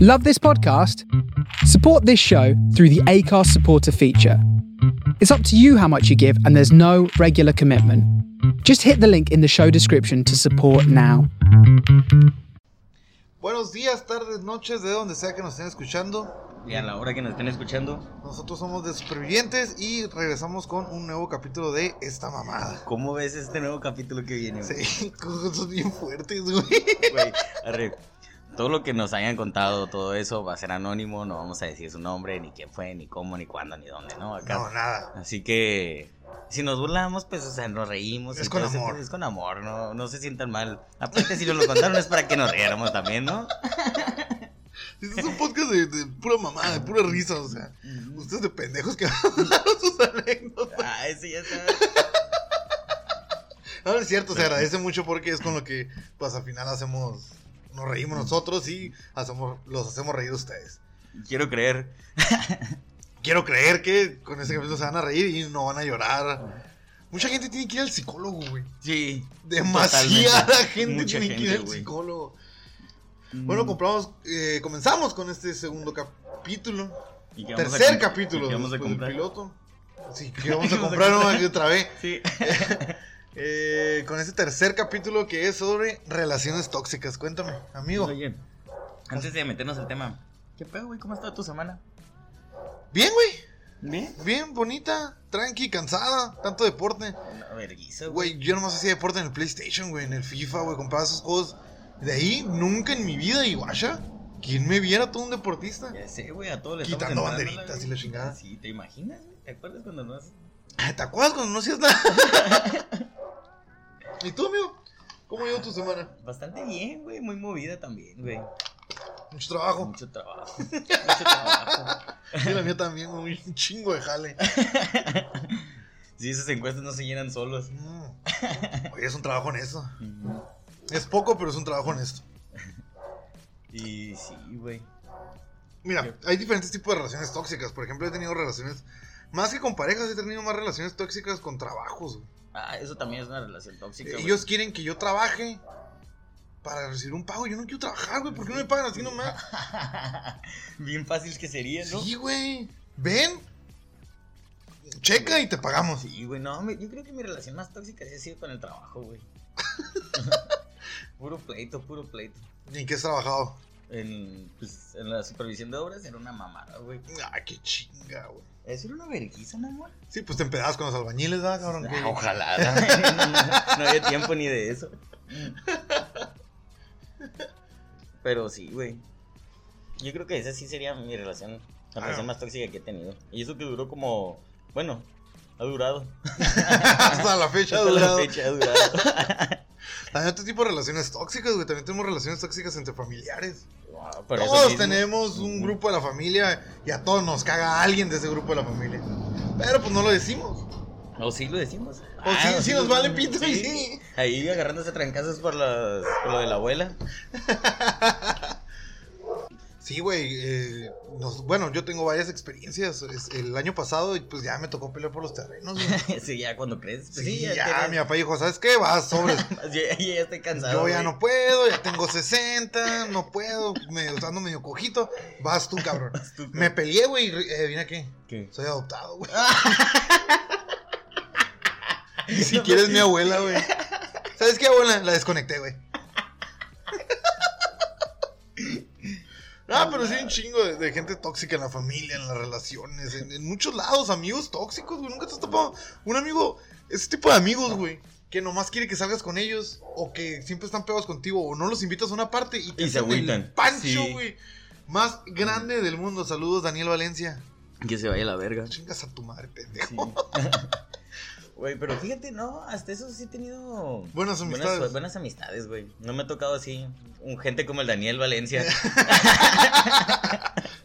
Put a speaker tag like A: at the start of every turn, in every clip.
A: Love this podcast? Support this show through the ACARS supporter feature. It's up to you how much you give, and there's no regular commitment. Just hit the link in the show description to support now.
B: Buenos días, tardes, noches, de donde sea que nos estén escuchando.
C: Y a la hora que nos estén escuchando,
B: Nosotros somos de Supervivientes y regresamos con un nuevo capítulo de Esta Mamada.
C: ¿cómo ves este nuevo capítulo que viene? güey?
B: Sí, cosas bien fuertes, güey.
C: Güey, arre. Todo lo que nos hayan contado, todo eso va a ser anónimo, no vamos a decir su nombre, ni quién fue, ni cómo, ni cuándo, ni dónde, ¿no? Acá.
B: No, nada.
C: Así que si nos burlamos, pues, o sea, nos reímos.
B: Es con amor.
C: pues, es con amor, no, no se sientan mal. Aparte, si nos lo contaron es para que nos riéramos también, ¿no?
B: Este es un podcast de, de pura mamada, de pura risa, o sea. Ustedes de pendejos que mandaron sus anécdotas.
C: Ay, sí, ya está.
B: No, no es cierto, se agradece mucho porque es con lo que, pues al final hacemos, nos reímos nosotros y hacemos, los hacemos reír a ustedes.
C: Quiero creer.
B: Quiero creer que con este capítulo se van a reír y no van a llorar. Mucha gente tiene que ir al psicólogo, güey.
C: Sí.
B: Demasiada
C: totalmente.
B: gente
C: Mucha
B: tiene que ir
C: gente,
B: al
C: güey.
B: psicólogo.
C: Mm,
B: Bueno, compramos, eh, comenzamos con este segundo capítulo.
C: ¿Y qué vamos a
B: Tercer
C: comprar?
B: capítulo
C: ¿Y qué vamos a
B: después del
C: comprar?
B: piloto. Sí, que vamos a comprar una- otra vez.
C: Sí.
B: Eh, con este tercer capítulo que es sobre relaciones tóxicas. Cuéntame, amigo.
C: Oye, antes de meternos al tema, ¿qué pedo, güey? ¿Cómo está tu semana?
B: Bien, güey.
C: ¿Bien?
B: Bien, bonita, tranqui, cansada, tanto deporte.
C: Una vergüenza, güey.
B: Güey, yo nomás hacía deporte en el PlayStation, güey, en el FIFA, güey, compraba esos juegos. De ahí, nunca en mi vida, y guacha, ¿quién me viera todo un deportista?
C: Ya sé, güey, a todos les
B: Quitando banderitas y la chingada.
C: Sí, ¿te imaginas, güey? ¿Te acuerdas cuando no haces?
B: Ay, ¿Te acuerdas cuando no hacías nada? ¿Y tú, amigo? ¿Cómo llevo tu semana?
C: Bastante bien, güey, muy movida también, güey.
B: Mucho trabajo.
C: Mucho trabajo. Mucho trabajo.
B: Y la mía también, güey, un chingo de jale.
C: Sí, esas encuestas no se llenan solos.
B: Mm. Oye, es un trabajo honesto. Es poco, pero es un trabajo honesto.
C: Y sí, güey.
B: Mira, hay diferentes tipos de relaciones tóxicas. Por ejemplo, he tenido relaciones. Más que con parejas, he tenido más relaciones tóxicas con trabajos. güey.
C: Ah, eso también es una relación tóxica, güey.
B: Ellos quieren que Eh, yo trabaje para recibir un pago. Yo no quiero trabajar, güey. ¿Por qué no me pagan así nomás?
C: Bien fácil que sería, ¿no?
B: Sí, güey. Ven. Checa y te pagamos.
C: Sí, güey, no, me- yo creo que mi relación más tóxica sí ha sido con el trabajo, güey. puro pleito, puro pleito.
B: ¿Y en qué has trabajado?
C: En, pues, en la supervisión de obras era una mamada, güey.
B: Ah, qué chinga, güey.
C: Eso era una vergüenza, mi amor.
B: Sí, pues te empedabas con los albañiles, ¿verdad, cabrón?
C: Ah,
B: Que-
C: ojalá. No, no había tiempo ni de eso. Pero sí, güey. Yo creo que esa sí sería mi relación, la
B: Ah.
C: relación más tóxica que he tenido. Y eso que duró como, bueno, ha durado.
B: Hasta la fecha ha
C: Hasta la
B: durado.
C: fecha ha durado.
B: También otro tipo de relaciones tóxicas, güey. También tenemos relaciones tóxicas entre familiares.
C: Ah, por eso
B: todos
C: mismo.
B: tenemos un
C: Ujú.
B: grupo de la familia y a todos nos caga alguien de ese grupo de la familia. Pero pues no lo decimos.
C: O sí lo decimos. Ah, O
B: sí- sí nos vale pito y sí.
C: Ahí agarrándose a trancazos por, las, por lo de la abuela.
B: Sí, güey. eh, nos- bueno, yo tengo varias experiencias. Es- el año pasado, y, pues ya me tocó pelear por los terrenos. güey.
C: sí, ya cuando crees. pues,
B: Sí, ya, mi
C: tienes-
B: papá dijo, ¿sabes qué? Vas, sobres.
C: ya, ya, ya estoy cansado.
B: Yo ya
C: güey.
B: no puedo, ya tengo 60, no puedo, medio, ando medio cojito. Vas tú, cabrón.
C: tú, cabrón.
B: Me peleé, güey, y eh, vine aquí.
C: ¿Qué?
B: Soy adoptado, güey. Ni siquiera es mi abuela, güey. ¿Sabes qué, abuela? La desconecté, güey. Ah, pero sí hay un chingo de, de gente tóxica en la familia, en las relaciones, en, en muchos lados, amigos tóxicos, güey. Nunca te has topado un amigo, ese tipo de amigos, güey, que nomás quiere que salgas con ellos, o que siempre están pegados contigo, o no los invitas a una parte y te
C: Y se
B: hacen el
C: agüitan.
B: Pancho,
C: Sí.
B: güey. Más grande del mundo. Saludos, Daniel Valencia.
C: Que se vaya a la verga.
B: Chingas a tu madre, pendejo.
C: Sí. Güey, pero fíjate, no, hasta eso sí he tenido
B: Buenas amistades.
C: Buenas, pues, buenas amistades, güey. No me ha tocado así un gente como el Daniel Valencia.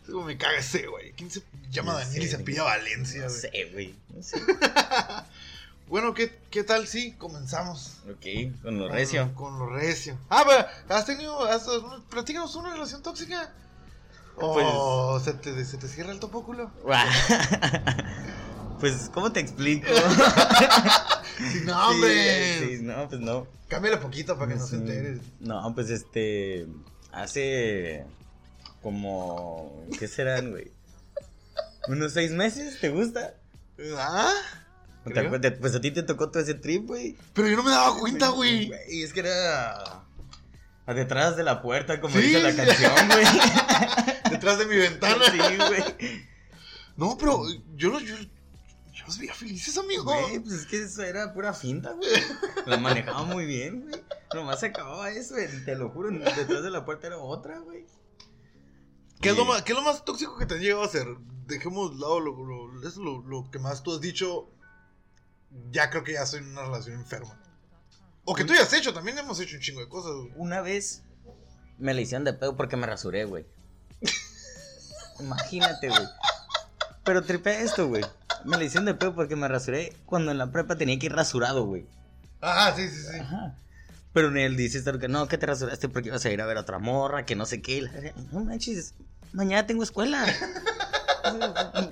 B: Digo, me caga ese, güey. ¿Quién se llama
C: No
B: Daniel
C: sé,
B: y se
C: güey.
B: pilla Valencia,
C: no
B: güey?
C: sé, güey. No sé.
B: Bueno, ¿qué, ¿qué tal si comenzamos?
C: Ok, con lo recio.
B: Con, con lo recio. Ah, pero, ¿has tenido. Has, platícanos una relación tóxica?
C: Pues,
B: Oh, se, te, se te cierra el topo culo.
C: Guau. pues, ¿cómo te explico?
B: Sí, no, hombre.
C: Sí, sí, no, pues no.
B: Cámbiale poquito para que no
C: Sí.
B: se entere.
C: No, pues este. pues, Hace. como. ¿Qué serán, güey? ¿Unos seis meses? ¿Te gusta?
B: ¿Ah?
C: ¿Te
B: Creo.
C: acuerdas? Pues a ti te tocó todo ese trip, güey.
B: Pero yo no me daba cuenta, güey.
C: Y es que era. a Detrás de la puerta, como
B: Sí.
C: dice la canción, güey.
B: Detrás de mi ventana.
C: sí, güey.
B: No, pero yo los, yo, yo los veía felices, amigo.
C: Güey, pues es que eso era pura finta, güey. La manejaba muy bien, güey. Nomás se acababa eso, güey, te lo juro. Detrás de la puerta era otra, güey.
B: ¿Qué, es lo
C: Y-
B: más, ¿Qué es lo más tóxico que te han llegado a hacer? Dejemos de lado lo, lo- eso, lo- lo que más tú has dicho. Ya creo que ya soy en una relación enferma. O que tú ya has hecho, también hemos hecho un chingo de cosas. güey.
C: Una vez me la hicieron de pedo porque me rasuré, güey. Imagínate, güey. Pero tripé esto, güey. Me la hicieron de pedo porque me rasuré cuando en la prepa tenía que ir rasurado, güey.
B: Ah, sí, sí, sí.
C: Ajá. Pero en él dice estar que no, que te rasuraste porque ibas a ir a ver a otra morra, que no sé qué. Y la verga, No manches, mañana tengo escuela.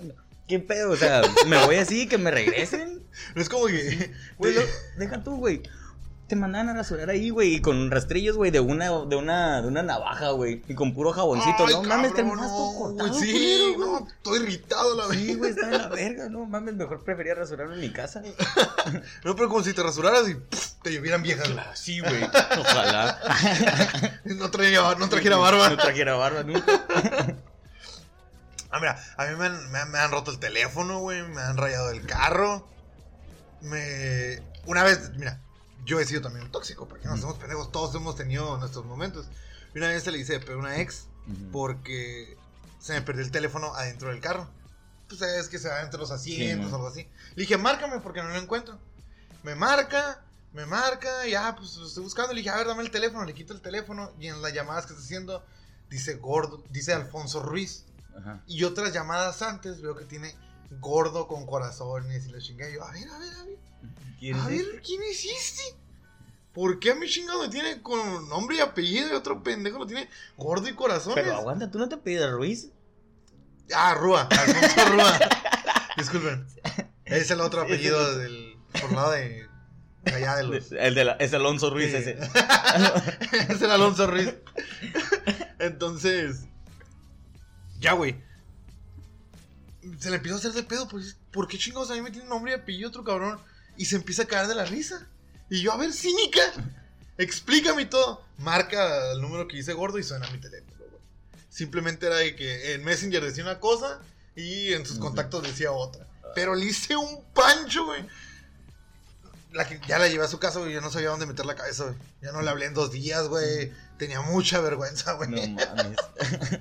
C: ¿Qué pedo? O sea, me voy así, que me regresen.
B: No es como que.
C: Güey, lo- deja tú, güey. Te mandaban a rasurar ahí, güey, y con rastrillos, güey, de una, de una, de una navaja, güey, y con puro jaboncito,
B: Ay,
C: no mames, te
B: cabrón,
C: mandas todo cortado,
B: güey, Sí,
C: culero, güey.
B: no, estoy irritado la
C: Sí,
B: vez.
C: güey, está de la verga, no mames, mejor prefería rasurarme en mi casa. güey.
B: No, pero como si te rasuraras y pff, te llovieran viejas.
C: Sí, güey, ojalá.
B: No, traía, no trajera barba.
C: No trajera barba nunca.
B: Ah, mira, a mí me han, me han- me han roto el teléfono, güey. Me han rayado el carro. Me. Una vez, mira, yo he sido también un tóxico, porque no somos pendejos. Todos hemos tenido nuestros momentos. Y una vez se le hice de pedo a una ex porque se me perdió el teléfono adentro del carro. Pues sabes que se va entre los asientos
C: Sí,
B: o algo así. Le dije, márcame porque no lo encuentro. Me marca, me marca, ya, pues lo estoy buscando. Le dije, a ver, dame el teléfono. Le quito el teléfono y en las llamadas que está haciendo dice gordo, dice Alfonso Ruiz.
C: Ajá.
B: Y otras llamadas antes veo que tiene gordo con corazones y la chingada. Y yo, a ver, a ver, a ver.
C: ¿Quién
B: A
C: es?
B: ver, ¿quién es este? ¿Por qué a mi chingado me tiene con nombre y apellido y otro pendejo lo tiene gordo y corazones?
C: Pero aguanta, ¿tú no te pediste Ruiz?
B: Ah, Rúa, Alfonso Rúa. Disculpen. Es el otro apellido del por lado de de allá de los.
C: El de la- es Alonso Ruiz
B: Sí.
C: ese.
B: es el Alonso Ruiz. Entonces. Ya, güey. Se le empieza a hacer de pedo, pues. ¿Por qué chingados a mí me tiene nombre y apellido otro cabrón? Y se empieza a caer de la risa. Y yo, a ver, cínica. Explícame y todo. Marca el número que dice gordo y suena mi teléfono, güey. Simplemente era de que en Messenger decía una cosa y en sus
C: Ujú.
B: contactos decía otra. Pero le hice un pancho, güey. La que ya la llevé a su casa, güey. Yo no sabía dónde meter la cabeza, güey. Ya no le hablé en dos días, güey. Tenía mucha vergüenza, güey.
C: No mames.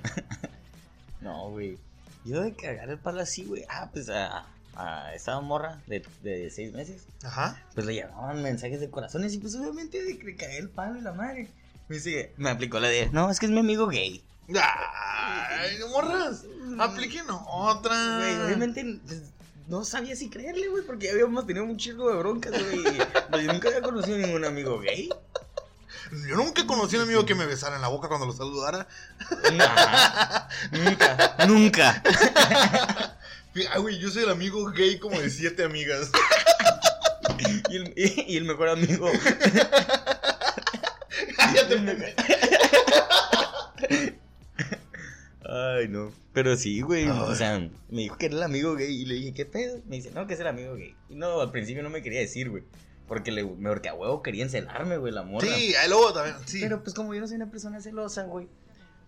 C: no, güey. Yo de cagar el palo así, güey. Ah, pues a, a esa morra de, de seis meses.
B: Ajá.
C: Pues le llamaban mensajes de corazones y pues obviamente de que le cagué el palo y la madre. Me dice, me aplicó la de, no, es que es mi amigo gay.
B: Ay, morras. Apliquen otra.
C: Güey, obviamente pues, no sabía si creerle, güey, porque ya habíamos tenido un chingo de broncas, güey. Pues, yo nunca había conocido ningún amigo gay.
B: Yo nunca conocí a un amigo que me besara en la boca cuando lo saludara.
C: Nah, nunca, nunca.
B: Ay, güey, yo soy el amigo gay como de siete amigas.
C: Y el, y el mejor amigo.
B: Cállate,
C: Mm.
B: pendejo.
C: Ay, no. Pero sí, güey. O
B: Ay.
C: sea, me dijo que era el amigo gay. Y le dije, ¿qué pedo? Me dice, no, que es el amigo gay. Y no, al principio no me quería decir, güey. Porque le, me porque a huevo quería encelarme, güey, la morra.
B: Sí, a lobo también. Sí.
C: Pero pues como yo no soy una persona celosa, güey.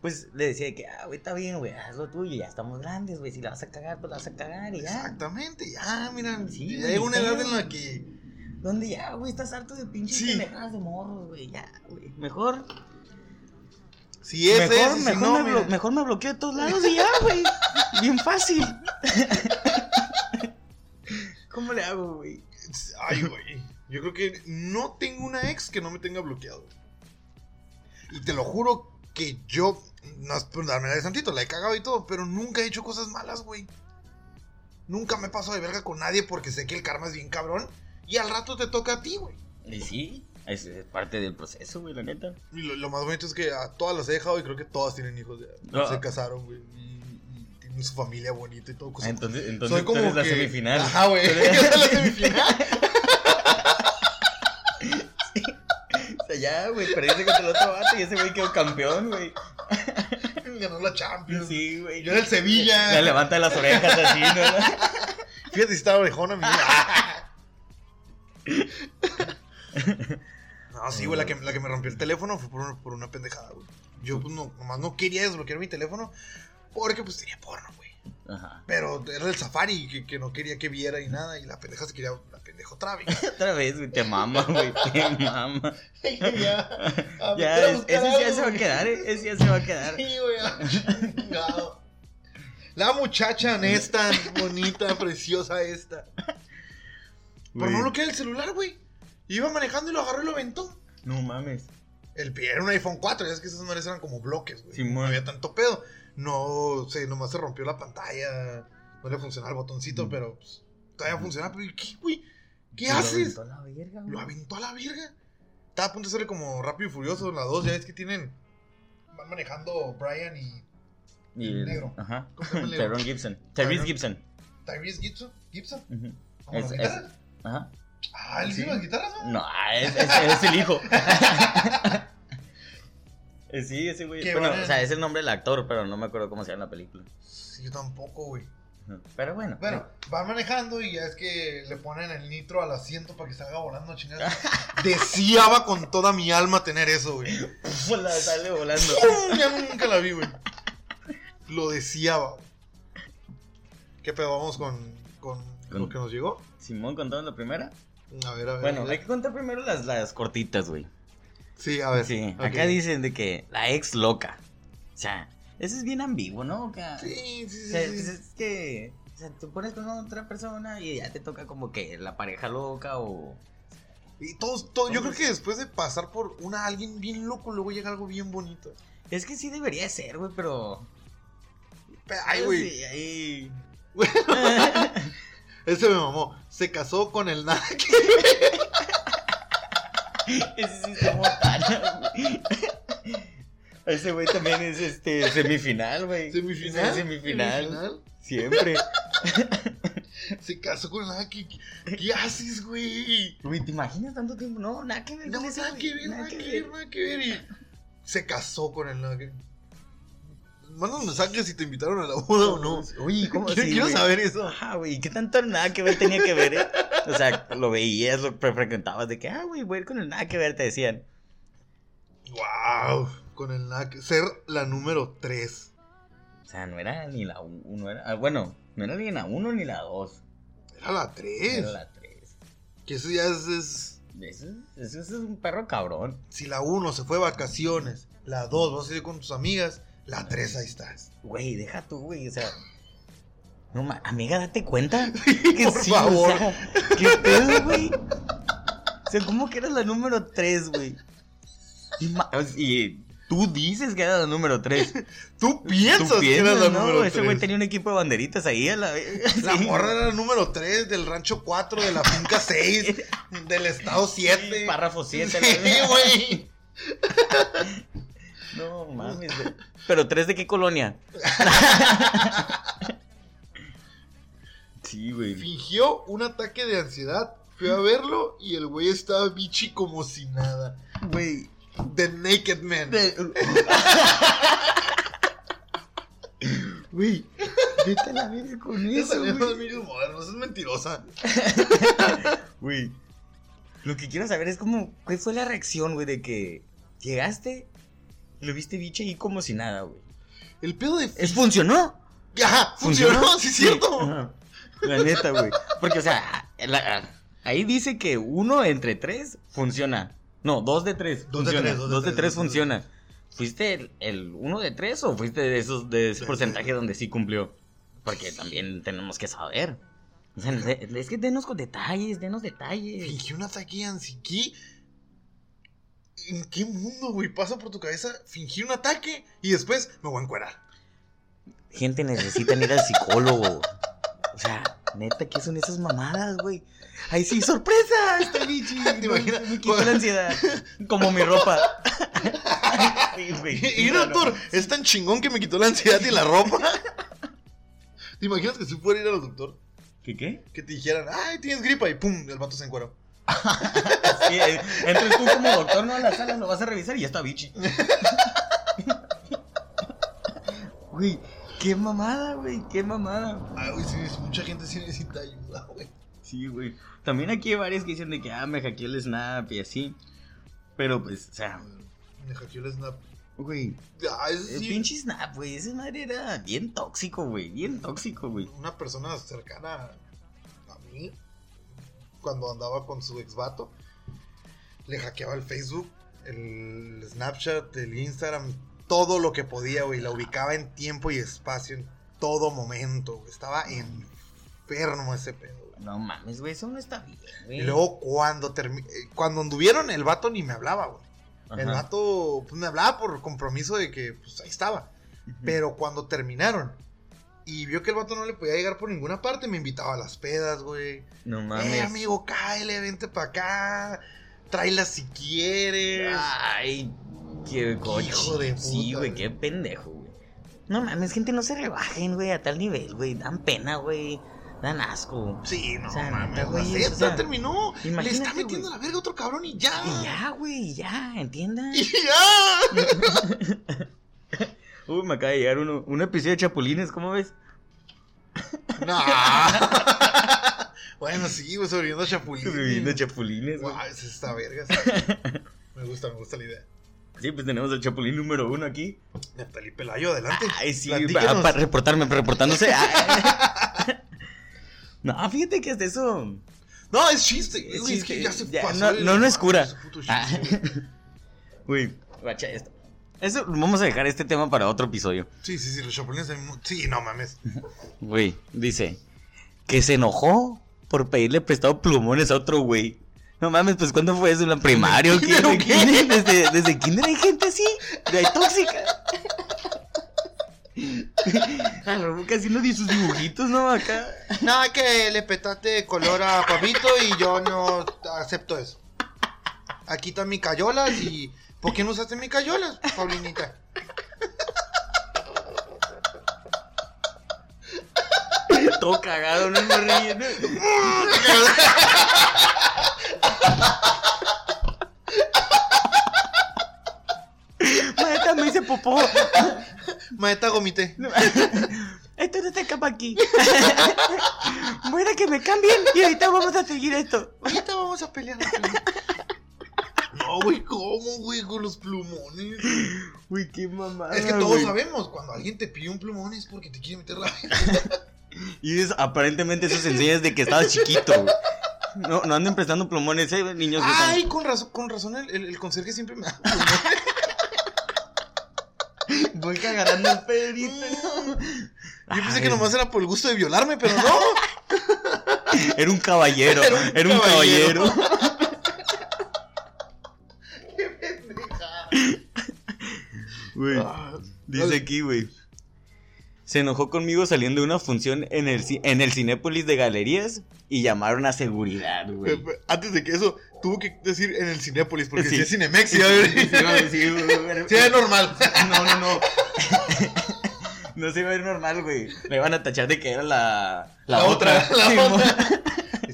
C: Pues le decía de que, ah, güey, está bien, güey, haz lo tuyo, ya estamos grandes, güey. Si la vas a cagar, pues la vas a cagar y ya.
B: Exactamente, ya, miran.
C: Sí,
B: ya hay una
C: güey.
B: edad en la que.
C: ¿Dónde ya, güey? Estás harto de pinches
B: Sí.
C: pendejadas de morros, güey. Ya, güey. Mejor
B: Si es
C: mejor,
B: ese, si
C: mejor,
B: no,
C: me blo-
B: mira.
C: mejor me bloqueo de todos lados y ya, güey. Bien fácil. ¿Cómo le hago, güey?
B: Ay, güey. Yo creo que no tengo una ex que no me tenga bloqueado. Y te lo juro que yo. No es por darme la de santito, la he cagado y todo, pero nunca he hecho cosas malas, güey. Nunca me paso de verga con nadie porque sé que el karma es bien cabrón. Y al rato te toca a ti, güey.
C: Y sí, es, es parte del proceso, güey, la neta.
B: Y lo, lo más bonito es que a todas las he dejado y creo que todas tienen hijos. ya.
C: Ah.
B: Se casaron, güey. Y, y tienen su familia bonita y todo. cosa-
C: Entonces,
B: Soy
C: Ah, entonces tú
B: como
C: eres la
B: que-
C: semifinal.
B: Ajá, güey. Yo soy la semifinal.
C: O sea, ya, güey, perdiste contra el otro vato y ese güey quedó campeón, güey.
B: Bayern ganó la Champions.
C: Sí, güey.
B: Yo era el Sevilla.
C: Le levanta las orejas así, ¿no?
B: Fíjate si estaba orejona, mi No, sí, güey, la que, la que me rompió el teléfono fue por, una- por una pendejada, güey. Yo, pues, no, nomás no quería desbloquear mi teléfono porque, pues, tenía porno, güey.
C: Ajá.
B: Pero era el safari que, que no quería que viera y nada. Y la pendeja se quería, la pendejo Travis.
C: Otra vez, güey, te mama, güey, te mama.
B: quería a
C: Ya,
B: meter a
C: es-
B: buscar
C: ese ya
B: algo,
C: se va a
B: güey.
C: quedar, ¿eh? Ese ya se va a quedar.
B: Sí, güey, ah, chingado. La muchacha esta, bonita, preciosa esta. Pero no
C: Güey.
B: lo queda el celular, güey. Iba manejando y lo agarró y lo aventó.
C: No mames.
B: El pie era un iPhone 4, ya es que esas madres eran como bloques, güey.
C: Simón.
B: no había tanto pedo. No, sé, nomás se rompió la pantalla. No le funcionaba el botoncito, pero pues, todavía funcionaba. Pero, ¿y ¿qué, güey? ¿Qué
C: Se Mm. lo
B: haces?
C: aventó a la verga, güey.
B: Lo aventó a la verga. Estaba a punto de hacerle como rápido y furioso la 2. Ya es que tienen. Van manejando Brian y
C: Y el-
B: negro.
C: Ajá.
B: ¿Cómo se llama el negro?
C: Tyrone Gibson. Tyrese
B: Ajá.
C: Gibson.
B: Tyrese Gibson. Gibson.
C: Ujú.
B: ¿Cómo las
C: Es-
B: guitarras?
C: Ajá.
B: Ah, él sí
C: sí.
B: las guitarras, ¿no?
C: No, es, es, es el hijo. Eh, Sí, ese güey.
B: Qué
C: Bueno,
B: bueno.
C: o sea, es el nombre del actor, pero no me acuerdo cómo se llama la película.
B: Sí, yo tampoco, güey.
C: Ajá. Pero bueno.
B: Bueno, van manejando y ya es que le ponen el nitro al asiento para que salga volando, chingada. Deseaba con toda mi alma tener eso, güey.
C: Pum, la sale volando.
B: ¡Pum! Ya nunca la vi, güey. Lo deseaba. güey. ¿Qué pedo? Vamos con, con,
C: Con-
B: lo que nos llegó.
C: Simón contamos la primera.
B: A ver, a ver. a
C: Bueno,
B: ver.
C: hay que contar primero las, las cortitas, güey.
B: Sí, a ver.
C: Sí,
B: Ok.
C: acá dicen de que la ex loca. O sea, eso es bien ambiguo, ¿no? Acá-
B: Sí, sí, sí.
C: O sea,
B: sí.
C: pues es que o sea, tú pones con otra persona y ya te toca como que la pareja loca o...
B: Y todos, todos, yo creo que después de pasar por una alguien bien loco, luego llega algo bien bonito.
C: Es que sí debería ser, güey, pero...
B: Pero, Ay, güey.
C: Sí, ay.
B: Ese me mamó. Se casó con el nada que
C: Ese sí está botana, güey. Ese güey también es este semifinal, güey.
B: Semifinal.
C: Es semifinal. Siempre.
B: Se casó con nada que. ¿Qué haces, güey?
C: Güey, ¿te imaginas tanto tiempo? No, nada que ver.
B: No,
C: con ese,
B: nada
C: güey,
B: que ver, nada que ver, nada que ver. Y se casó con el nada que. Manda un mensaje si te invitaron a la boda o no.
C: Oye, ¿cómo
B: Quiero,
C: así,
B: quiero
C: güey?
B: saber eso.
C: Ajá, güey, ¿qué tanto nada que ver tenía que ver, eh? O sea, lo veías, lo fre- frecuentabas de que, ah, güey, voy a ir con el nada que ver, te decían.
B: Wow. Con el nada que. Ser la número 3.
C: O sea, no era ni la 1, era, ah, bueno, no era ni la 1 ni la 2,
B: Era la 3.
C: era la 3.
B: Que eso ya es- es
C: Eso, es- eso es un perro cabrón.
B: Si la 1 se fue de vacaciones, la 2 vas a ir con tus amigas, la 3 ahí estás.
C: Güey, deja tú, güey, o sea. No, ma- amiga, date cuenta. Que
B: por
C: sí,
B: favor.
C: O sea, ¿Qué pedo, güey? O sea, ¿cómo que eras la número 3, güey? Y, ma- y tú dices que eras la número 3.
B: Tú piensas,
C: ¿Tú
B: que eras la
C: piensas, no?
B: número 3.
C: Ese güey tenía un equipo de banderitas ahí a la
B: La
C: Sí.
B: morra era la número 3 del rancho 4, de la finca 6, del estado 7.
C: Sí, párrafo 7.
B: Sí, güey.
C: No mames. güey. Pero tres de qué colonia? sí, güey.
B: Fingió un ataque de ansiedad, fue a verlo y el güey estaba bichi como si nada.
C: Güey.
B: The Naked Man.
C: Güey, vete a la verga con
B: Ya
C: eso,
B: salieron los
C: güey.
B: amigos modernos, es mentirosa.
C: Güey. Lo que quiero saber es cómo, ¿cuál fue la reacción, güey? De que llegaste, lo viste biche ahí como si nada, güey.
B: El pedo de.
C: ¿Es funcionó?
B: Ajá, funcionó, sí, es cierto.
C: Ajá. La neta, güey. Porque, o sea, la- ahí dice que uno entre tres funciona. No, dos de tres.
B: Dos de
C: funciona.
B: tres, dos de
C: dos de
B: tres,
C: tres
B: dos de
C: funciona. ¿Fuiste el, el uno de tres o fuiste de esos de ese
B: De-
C: porcentaje donde sí cumplió? Porque también tenemos que saber. O sea, de- es que denos con detalles, denos detalles.
B: Fingió un ataque de ansi- ¿Qué? ¿En qué mundo, güey? Pasa por tu cabeza fingir un ataque y después me voy a encuerar.
C: Gente necesita ir al psicólogo. O sea, neta, ¿qué son esas mamadas, güey? Ay, sí, sorpresa, este bichi.
B: ¿Te imaginas?
C: Me quitó la ansiedad. Como mi ropa. Sí, güey.
B: Y el doctor, es tan chingón que me quitó la ansiedad y la ropa. ¿Te imaginas que si fuera a ir al doctor?
C: ¿Qué qué?
B: Que te dijeran, ay, tienes gripa y pum, el vato se encuera.
C: Sí, eh, entras tú como doctor, no a la sala, lo vas a revisar y ya está bichi. Güey, qué mamada, güey, qué mamada.
B: Ay, Ah, güey, sí, sí, mucha gente sí necesita ayuda, güey.
C: Sí, güey. También aquí hay varias que dicen de que, ah, me hackeó el Snap y así. Pero pues, o sea,
B: Me hackeó el Snap.
C: güey,
B: Ah, eso
C: el
B: sí,
C: pinche Snap, Eh, güey, ese madre era bien tóxico, güey, bien tóxico, güey.
B: una persona cercana a mí, cuando andaba con su ex vato, le hackeaba el Facebook, el Snapchat, el Instagram, todo lo que podía, güey. La ubicaba en tiempo y espacio, en todo momento. güey. Estaba enfermo ese pedo, güey.
C: No mames, güey, eso no está bien, güey.
B: Y luego cuando termi- eh, cuando anduvieron, el vato ni me hablaba, güey.
C: Ajá.
B: El vato pues, me hablaba por compromiso de que pues, ahí estaba.
C: Ujú.
B: Pero cuando terminaron y vio que el vato no le podía llegar por ninguna parte, me invitaba a las pedas, güey.
C: No mames.
B: Eh, amigo, cáele, vente para acá. Tráela si quieres.
C: Ay, qué coche.
B: hijo de
C: Sí,
B: puta,
C: güey,
B: güey.
C: qué pendejo, güey. No mames, gente, no se rebajen, güey, a tal nivel, güey. Dan pena, güey. Dan asco.
B: Sí, no
C: O sea,
B: mames,
C: neta, güey,
B: güey.
C: o sea,
B: terminó. Le
C: imagínate,
B: está metiendo
C: güey.
B: la verga a otro cabrón y ya.
C: Y ya, güey, ya, ¿entiendan?
B: Ah. Y ya.
C: Uy, me acaba de llegar uno, un episodio de Chapulines, ¿cómo ves?
B: No. bueno, sí, güey, sobreviviendo a Chapulín.
C: Viviendo Chapulines, güey.
B: Guau, esa está verga. me gusta, me gusta la idea.
C: Sí, pues tenemos al Chapulín número uno aquí.
B: Natalie Pelayo, adelante.
C: Ay, sí,
B: Platíquenos.
C: para, reportarme, para reportándose. Ah. Ay. no, fíjate que hasta eso.
B: No, es chiste. güey,
C: Es
B: Es,
C: chiste,
B: que ya se
C: ya,
B: pasó.
C: no-
B: de
C: no, no es
B: madre,
C: cura.
B: ese puto chiste,
C: Ah.
B: güey.
C: Güey, guacha esto. Eso, vamos a dejar este tema para otro episodio.
B: Sí, sí, sí, los chapulines. a mí mu- Sí, no mames.
C: Güey, dice que se enojó por pedirle prestado plumones a otro güey. No mames, pues ¿cuándo fue eso? ¿En la primaria? o qué?
B: ¿Kinder o qué?
C: ¿Kinder? Desde, desde kinder hay gente así, de ahí tóxica. A lo mejor haciendo de sus dibujitos, ¿no? Acá.
B: Nada que le petaste color a Papito y yo no acepto eso. Aquí están mis cayolas y. ¿Por qué no usaste mis cayolas, Paulinita?
C: Todo cagado, no me riendo. Maestra, me hice popó.
B: Maeta gomité.
C: Esto no se escapa aquí. Bueno, que me cambien y ahorita vamos a seguir esto.
B: Ahorita vamos a pelear. No, güey, ¿cómo, güey? Con los plumones.
C: Uy, qué mamada.
B: Es que todos
C: Ah, güey.
B: sabemos, cuando alguien te pide un plumón es porque te quiere meter la
C: Y es, aparentemente eso se enseña desde que estabas chiquito, güey. No, no anden prestando plumones, eh, niños. que están-
B: Ay, con razón, con razón el, el, el conserje siempre me da.
C: Voy cagando el pedrito.
B: Yo pensé que nomás era por el gusto de violarme, pero no.
C: Era un caballero, era un, caballero.
B: Qué pendeja.
C: Güey,
B: Ah,
C: dice aquí, güey. Se enojó conmigo saliendo de una función en el, ci- en el Cinépolis de Galerías y llamaron a seguridad, güey.
B: eh, Antes de que eso, tuvo que decir en el Cinépolis, porque
C: Sí.
B: si es Cinemex, ya ver.
C: Sí, güey.
B: Sí, es normal.
C: No, no, no. No se iba a ver normal, güey. Le van a tachar de que era la, la,
B: La otra, la
C: Sí, mo-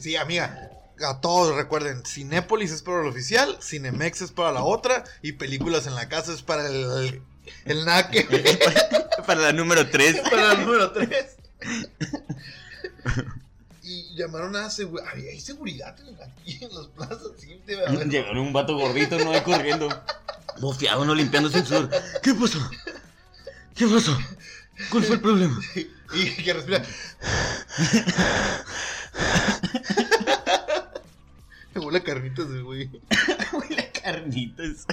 B: Sí, amiga. A todos recuerden, Cinépolis es para el oficial, Cinemex es para la otra y películas en la casa es para el, el naque.
C: Para la número 3.
B: Para el número 3. Y llamaron a seguridad. Hay seguridad en, aquí en las plazas. Sí, debe haber.
C: Llegaron un vato gordito, no hay corriendo. Bofeado, no limpiándose el sudor. ¿Qué pasó? ¿Qué pasó? ¿Cuál fue el problema?
B: Y que respira. Me huele a carnitas, güey.
C: Carnitas.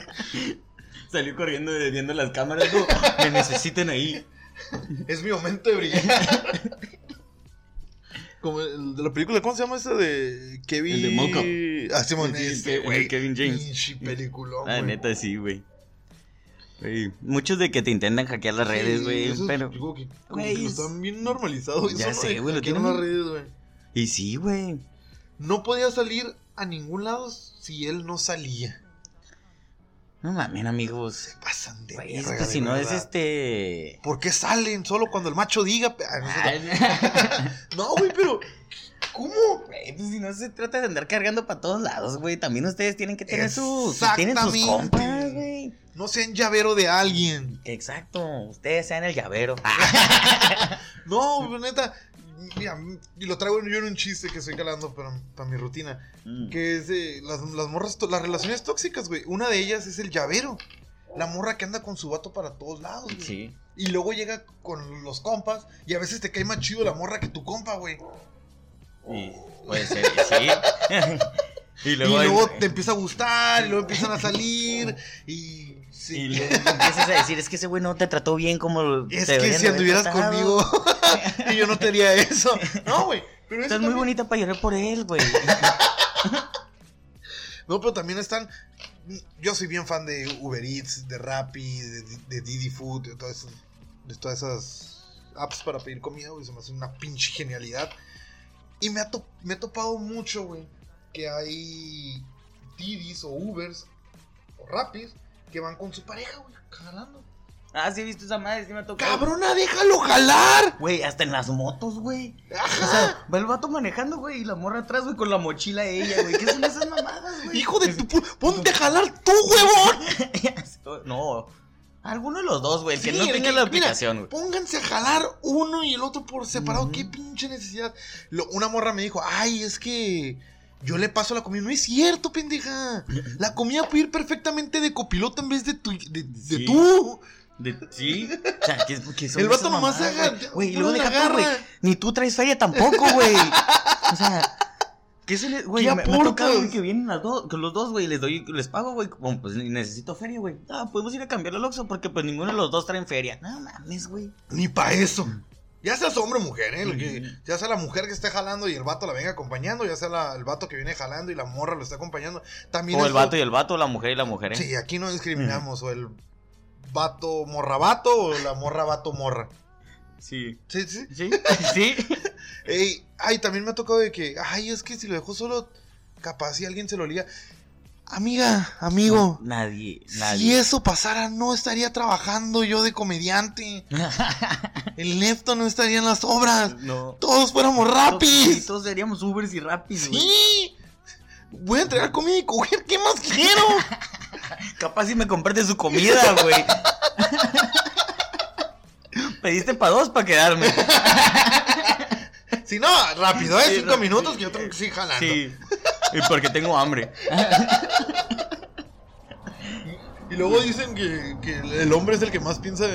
C: Salió corriendo de- viendo las cámaras. dijo, Me necesitan ahí.
B: Es mi momento de brillar. Como el de la película, ¿cómo se llama esa de Kevin?
C: El de Moco.
B: Ah, Simón,
C: Sí, sí,
B: ese,
C: el de- el de
B: güey.
C: Kevin James.
B: Pinche peliculón,
C: La
B: güey.
C: Ah, neta, sí, güey. Güey, Muchos de que te intentan hackear las redes,
B: Sí,
C: güey.
B: eso es-
C: pero.
B: Digo que, como
C: Güey,
B: que lo
C: es-
B: están bien normalizado.
C: Ya
B: eso,
C: sé,
B: ¿no?
C: güey, lo
B: Aquí en
C: tienen-
B: las redes, güey.
C: Y sí, güey.
B: No podía salir a ningún lado si él no salía.
C: No mames, amigos.
B: Pasan de
C: Güey, es
B: verga,
C: que
B: de
C: si no es
B: verdad.
C: este.
B: ¿Por qué salen solo cuando el macho diga? Ah, no sé.
C: Ay,
B: No, güey, pero ¿cómo?
C: Güey, pues si no se trata de andar cargando para todos lados, güey. También ustedes tienen que tener sus. Tienen sus
B: Exactamente.
C: compas, güey. güey.
B: No sean llavero de alguien.
C: Exacto, ustedes sean el llavero.
B: Ah. No, pues, neta. Mira, y lo traigo yo en un chiste que estoy calando para, para mi rutina.
C: Mm.
B: Que es de las, las morras, to- las relaciones tóxicas, güey. Una de ellas es el llavero. La morra que anda con su vato para todos lados, güey.
C: Sí.
B: Y luego llega con los compas. Y a veces te cae más chido la morra que tu compa, güey.
C: Y puede ser, que sí. y
B: Oh. Y luego,
C: hay-
B: te empieza a gustar, y luego empiezan a salir. Y. sí.
C: y luego empiezas a decir, es que ese güey no te trató bien como
B: Es que
C: te deberían
B: si
C: haber
B: anduvieras
C: tratado.
B: conmigo, y yo no te haría eso. No, güey. Pero eso
C: Estás muy
B: también-
C: bonita para llorar por él, güey.
B: No, pero también están. Yo soy bien fan de Uber Eats, de Rappi, de, de Didi Food, de todas, esas, de todas esas apps para pedir comida, güey. Se me hace una pinche genialidad. Y me ha, to- me he topado mucho, güey, que hay Didis o Ubers o Rappis que van con su pareja, güey, jalando.
C: ah, sí, viste esa madre, sí me ha tocado.
B: ¡Cabrona, déjalo jalar!
C: Güey, hasta en las motos, güey. O
B: Ajá.
C: sea, va el vato manejando, güey, y la morra atrás, güey, con la mochila de ella, güey. ¿Qué son esas mamadas, güey?
B: ¡Hijo de tu pu- ¡Ponte a jalar tú, huevón!
C: No. Alguno de los dos, güey. El que
B: Sí,
C: no
B: el
C: tenga
B: que-
C: la
B: mira,
C: aplicación, güey.
B: Pónganse a jalar uno y el otro por separado.
C: Ujú.
B: Qué pinche necesidad. Lo- una morra me dijo, ay, es que yo le paso la comida. No es cierto, pendeja. La comida puede ir perfectamente de copiloto en vez de, tu- de, de
C: Sí.
B: tú.
C: sí. O sea, ¿qué, qué son
B: El vato
C: esas
B: nomás
C: mamadas,
B: agarra-
C: güey? Güey, y
B: uno
C: luego
B: la
C: deja tú,
B: agarra.
C: güey. Ni tú traes feria tampoco, güey. O sea. ¿Qué se le, güey,
B: ¿Qué
C: me, me ha tocado
B: aportas?
C: güey, que vienen las dos, que los dos, güey, les doy, les pago, güey, como, pues necesito feria, güey. Ah, podemos ir a cambiar el Oxxo porque pues ninguno de los dos traen feria. No mames, güey.
B: Ni pa' eso. Ya seas hombre o mujer, ¿eh? Lo que-
C: Ujú.
B: ya sea la mujer que esté jalando y el vato la venga acompañando, ya sea la- el vato que viene jalando y la morra lo está acompañando. También
C: O
B: eso-
C: el vato y el vato, la mujer y la mujer, ¿eh?
B: Sí, aquí no
C: Mm.
B: discriminamos. O el vato morra vato o la morra vato morra.
C: Sí.
B: Sí, sí.
C: Sí, sí.
B: Ey, ay, también me ha tocado de que, ay, es que si lo dejó solo, capaz si alguien se lo olía. Amiga, amigo,
C: Nadie,
B: si
C: nadie.
B: eso pasara, no estaría trabajando yo de comediante. El Nefto no estaría en las obras.
C: No.
B: Todos fuéramos
C: Sí,
B: rapis.
C: Todos seríamos Ubers y Rapis, güey.
B: Sí. Voy a entregar comida y coger, ¿qué más quiero?
C: Capaz si me compraste su comida, güey. Pediste para dos para quedarme.
B: Si no, rápido,
C: Sí,
B: ¿eh? Cinco
C: rápido.
B: minutos que yo tengo que seguir jalando.
C: Sí. Y porque tengo hambre.
B: Y luego dicen que, que el hombre es el que más piensa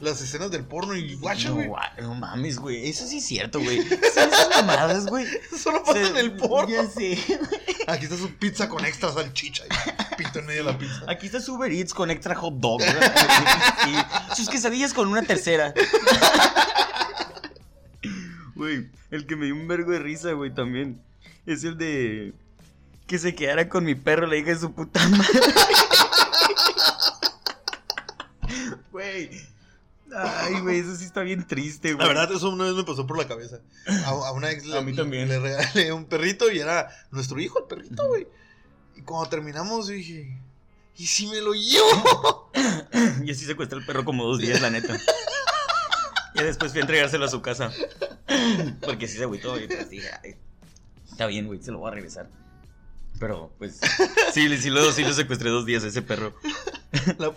B: las escenas del porno y guacha,
C: no,
B: güey.
C: gua- no mames, güey. Eso sí es cierto, güey. Son esas mamadas, güey.
B: Solo pasa en
C: Se-
B: el porno.
C: Ya sé.
B: Aquí está su pizza con extra salchicha. y Pito en medio de la pizza.
C: Aquí está su Uber Eats con extra hot dog. ¿verdad? Sí. Sus quesadillas con una tercera. Güey, el que me dio un vergo de risa, güey, también. Es el de que se quedara con mi perro, la hija de su puta madre. Güey. Ay, güey, eso sí está bien triste, güey.
B: La verdad, eso una vez me pasó por la cabeza. A, a una ex le,
C: A mí también.
B: le regalé un perrito y era nuestro hijo el perrito, güey. Y cuando terminamos dije, ¿y si me lo llevo?
C: Y así secuestré al perro como dos días, la neta. Y después fui a entregárselo a su casa. Porque sí se agüitó y pues dije, "Ay, está bien, güey, se lo voy a regresar. Pero, pues, sí, sí, lo, sí lo secuestré dos días a ese perro.
B: La-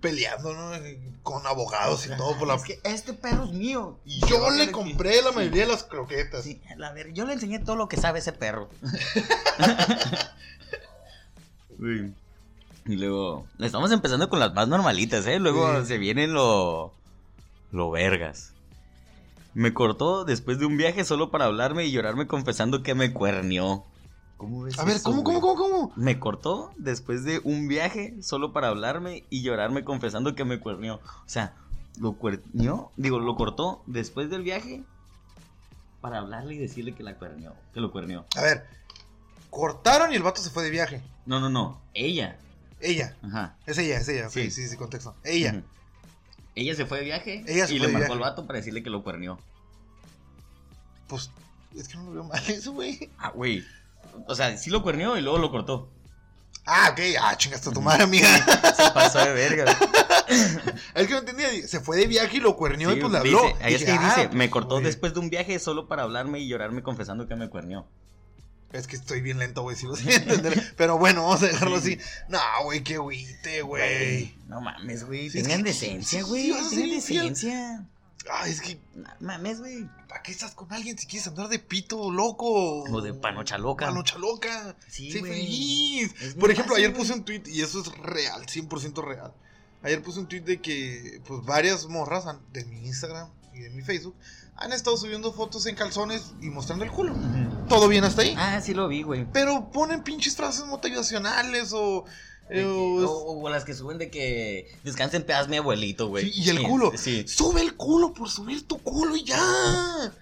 B: peleando, ¿no? Con abogados y Ah, todo por la...
C: este perro es mío.
B: Y yo le compré la mayoría de las croquetas.
C: la ver, yo le enseñé todo lo que sabe ese perro. Y luego, estamos empezando con las más normalitas, ¿eh? Luego
B: Sí.
C: se vienen lo. Lo vergas. Me cortó después de un viaje solo para hablarme y llorarme confesando que me cuernió. ¿Cómo ves
B: A ver,
C: eso,
B: ¿cómo,
C: güey?
B: cómo, cómo, cómo?
C: Me cortó después de un viaje solo para hablarme y llorarme confesando que me cuernió. O sea, lo cuernió, digo, lo cortó después del viaje para hablarle y decirle que la cuernió, que lo cuernió.
B: A ver, cortaron y el vato se fue de viaje.
C: No, no, no, ella.
B: Ella.
C: Ajá.
B: Es ella, es ella. ok,
C: Sí.
B: Sí, sí, sí, contexto. Ella.
C: Ujú. Ella se fue de viaje
B: Ella se
C: y
B: fue
C: le
B: de
C: marcó
B: viaje.
C: al vato para decirle que lo cuernió.
B: Pues, es que no lo veo mal eso, güey.
C: Ah, güey. O sea, sí lo cuernió y luego lo cortó.
B: Ah, ok. Ah, chingaste a tu madre, amiga.
C: Se pasó de verga. güey.
B: Es que no entendía. Se fue de viaje y lo cuernió
C: Sí,
B: y pues le
C: dice-
B: habló.
C: ahí es
B: Dije,
C: que
B: ah,
C: dice,
B: pues,
C: me cortó
B: güey.
C: después de un viaje solo para hablarme y llorarme confesando que me cuernió.
B: Es que estoy bien lento, güey, si lo sin entender. Pero bueno, vamos a dejarlo así. No, güey, qué güite, güey.
C: No mames, güey.
B: Sí, es
C: Tengan
B: que-
C: decencia,
B: sí,
C: güey.
B: sí, vas a ser
C: Tengan
B: infiel.
C: decencia.
B: Ay, es que,
C: No mames, güey.
B: ¿para qué estás con alguien si quieres andar de pito loco?
C: O de panocha loca.
B: Panocha loca.
C: Sí,
B: sé
C: güey.
B: feliz.
C: Es
B: Por
C: muy
B: ejemplo,
C: fácil,
B: ayer
C: güey.
B: puse un tweet, y eso es real, 100% real. Ayer puse un tweet de que, pues, varias morras han- de mi Instagram y de mi Facebook han estado subiendo fotos en calzones y mostrando el culo.
C: Ujú.
B: Todo bien hasta ahí.
C: Ah, sí lo vi, güey.
B: Pero ponen pinches frases motivacionales o.
C: De
B: eh,
C: que-
B: o-
C: O, o las que suben de que descansen pedas mi abuelito, güey.
B: Sí, y el culo.
C: Sí.
B: Sube el culo por subir tu culo y ya.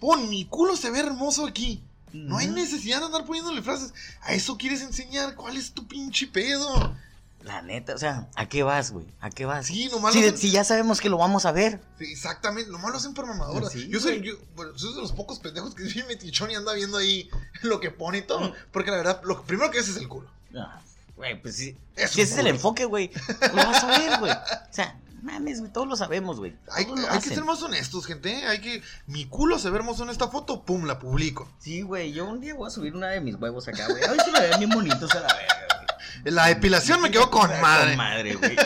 B: Pon, mi culo se ve hermoso aquí. No hay
C: Ujú.
B: necesidad de andar poniéndole frases. A eso quieres enseñar. ¿Cuál es tu pinche pedo?
C: La neta, o sea, ¿a qué vas, güey? ¿A qué vas?
B: Sí, nomás.
C: si,
B: lo
C: de-
B: hacen-
C: si ya sabemos que lo vamos a ver.
B: Sí, Exactamente, nomás lo hacen por mamadora.
C: Sí,
B: yo soy,
C: güey.
B: yo, bueno, soy de los pocos pendejos que es bien metichón y anda viendo ahí lo que pone y
C: Mm.
B: todo. Porque la verdad, lo primero que ves es el culo.
C: Ah, Güey, pues sí.
B: Es
C: si ese es el
B: culo.
C: enfoque, güey. Lo vas a ver, güey. O sea, mames, güey, todos lo sabemos, güey.
B: Hay,
C: Todos lo
B: hay que
C: hacen.
B: ser más honestos, gente. ¿eh? Hay que. Mi culo se ve hermoso en esta foto, pum, la publico.
C: Sí, güey, yo un día voy a subir una de mis huevos acá, güey. Ay, se me ven bien bonitos a la verga, güey.
B: La depilación me quedó con madre.
C: güey.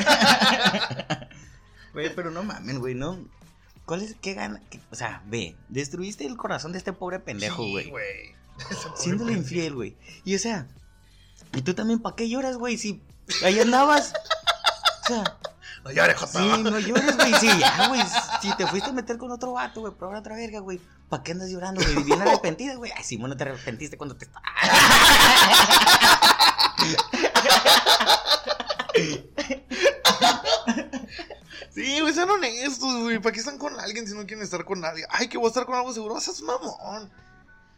C: Güey, pero no mamen, güey, ¿no? ¿Cuál es qué gana? qué- o sea, ve, destruiste el corazón de este pobre pendejo,
B: Sí,
C: güey.
B: güey. Ese pobre
C: Siéndole
B: pendejo.
C: infiel, güey. Y o sea, ¿y tú también para qué lloras, güey? Si ahí andabas. O sea,
B: No llores, Jota.
C: sí, no llores, güey. Sí, ya, güey. Si te fuiste a meter con otro vato, güey, por otra verga, güey. ¿Para qué andas llorando, güey? Bien arrepentida, güey. Ay, Simón, no te arrepentiste cuando te estaba.
B: Sí, güey, sean honestos, güey. ¿Para qué están con alguien si no quieren estar con nadie? Ay, que voy a estar con algo seguro. Seas mamón.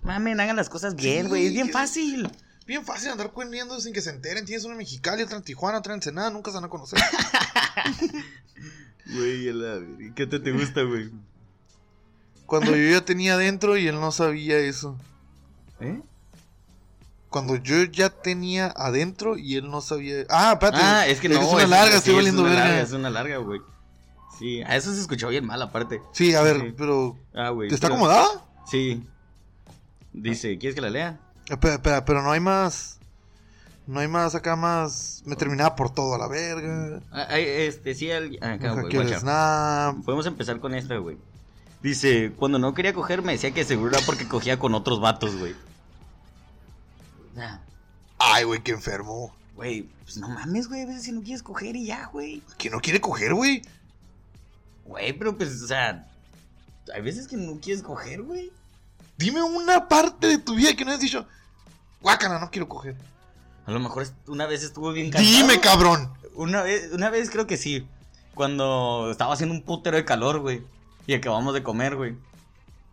C: Mamen, hagan las cosas bien,
B: Sí,
C: güey. es bien
B: que-
C: fácil.
B: Bien fácil andar cuendiendo sin que se enteren. Tienes una en Mexicali, otra en Tijuana, otra en Senada. Nunca se van a conocer.
C: Güey, a la verga. ¿Qué te, te gusta, güey?
B: Cuando yo ya tenía adentro y él no sabía eso.
C: ¿Eh?
B: Cuando yo ya tenía adentro y él no sabía. Ah, espérate.
C: Ah, es que no.
B: Es una larga, estoy
C: sí,
B: valiendo
C: Es una
B: verga.
C: larga, es una larga, güey. Sí, a Ah, eso se escuchó bien mal, aparte.
B: Sí, a ver,
C: Sí.
B: pero.
C: Ah, güey.
B: ¿Te está
C: pero-
B: acomodada?
C: Sí. Dice, ¿quieres que la lea?
B: Espera, espera, pero no hay más. No hay más acá más. Me terminaba por todo a la verga.
C: Ah, ah, este, sí, al- acá,
B: Acá
C: güey.
B: quiero
C: guacha.
B: snap.
C: Podemos empezar con esta, güey. Dice, cuando no quería coger, me decía que seguro era porque cogía con otros vatos, güey. Ah,
B: Ay, güey, qué enfermo.
C: Güey, pues no mames, güey. A veces si no quieres coger y ya, güey.
B: ¿Quién no quiere coger, güey?
C: Güey, pero pues, o sea, hay veces que no quieres coger, güey.
B: Dime una parte de tu vida que no has dicho. Guácala, no quiero coger.
C: A lo mejor es- una vez estuvo bien cansado.
B: Dime, cabrón.
C: Una vez, una vez creo que sí. Cuando estaba haciendo un putero de calor, güey. Y acabamos de comer, güey.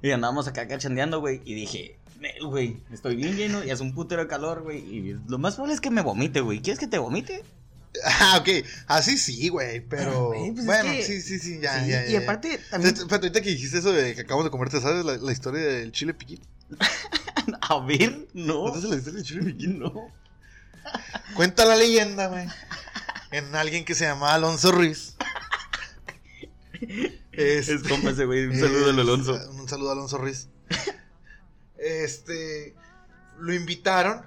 C: Y andábamos acá cachandeando, güey. Y dije, "Nel, güey, estoy bien lleno y hace un putero de calor, güey. Y lo más probable es que me vomite, güey. ¿Quieres que te vomite?
B: Ah, ok. Así sí, güey, pero.
C: Güey, pues es
B: bueno,
C: que-
B: sí, sí, sí, ya,
C: Sí,
B: ya, ya,
C: Y
B: ya.
C: aparte, también.
B: Espérate, espérate, ahorita que dijiste eso de que acabamos de comerte, ¿sabes la, la historia del chile piquín?
C: A ver, no.
B: ¿No te sabes la historia del chile piquín?
C: No.
B: Cuenta la leyenda, güey. En alguien que se llamaba Alonso Ruiz. Este-
C: Es compa ese, güey. Un saludo al
B: es-
C: Alonso.
B: Un saludo a Alonso Ruiz. Este. Lo invitaron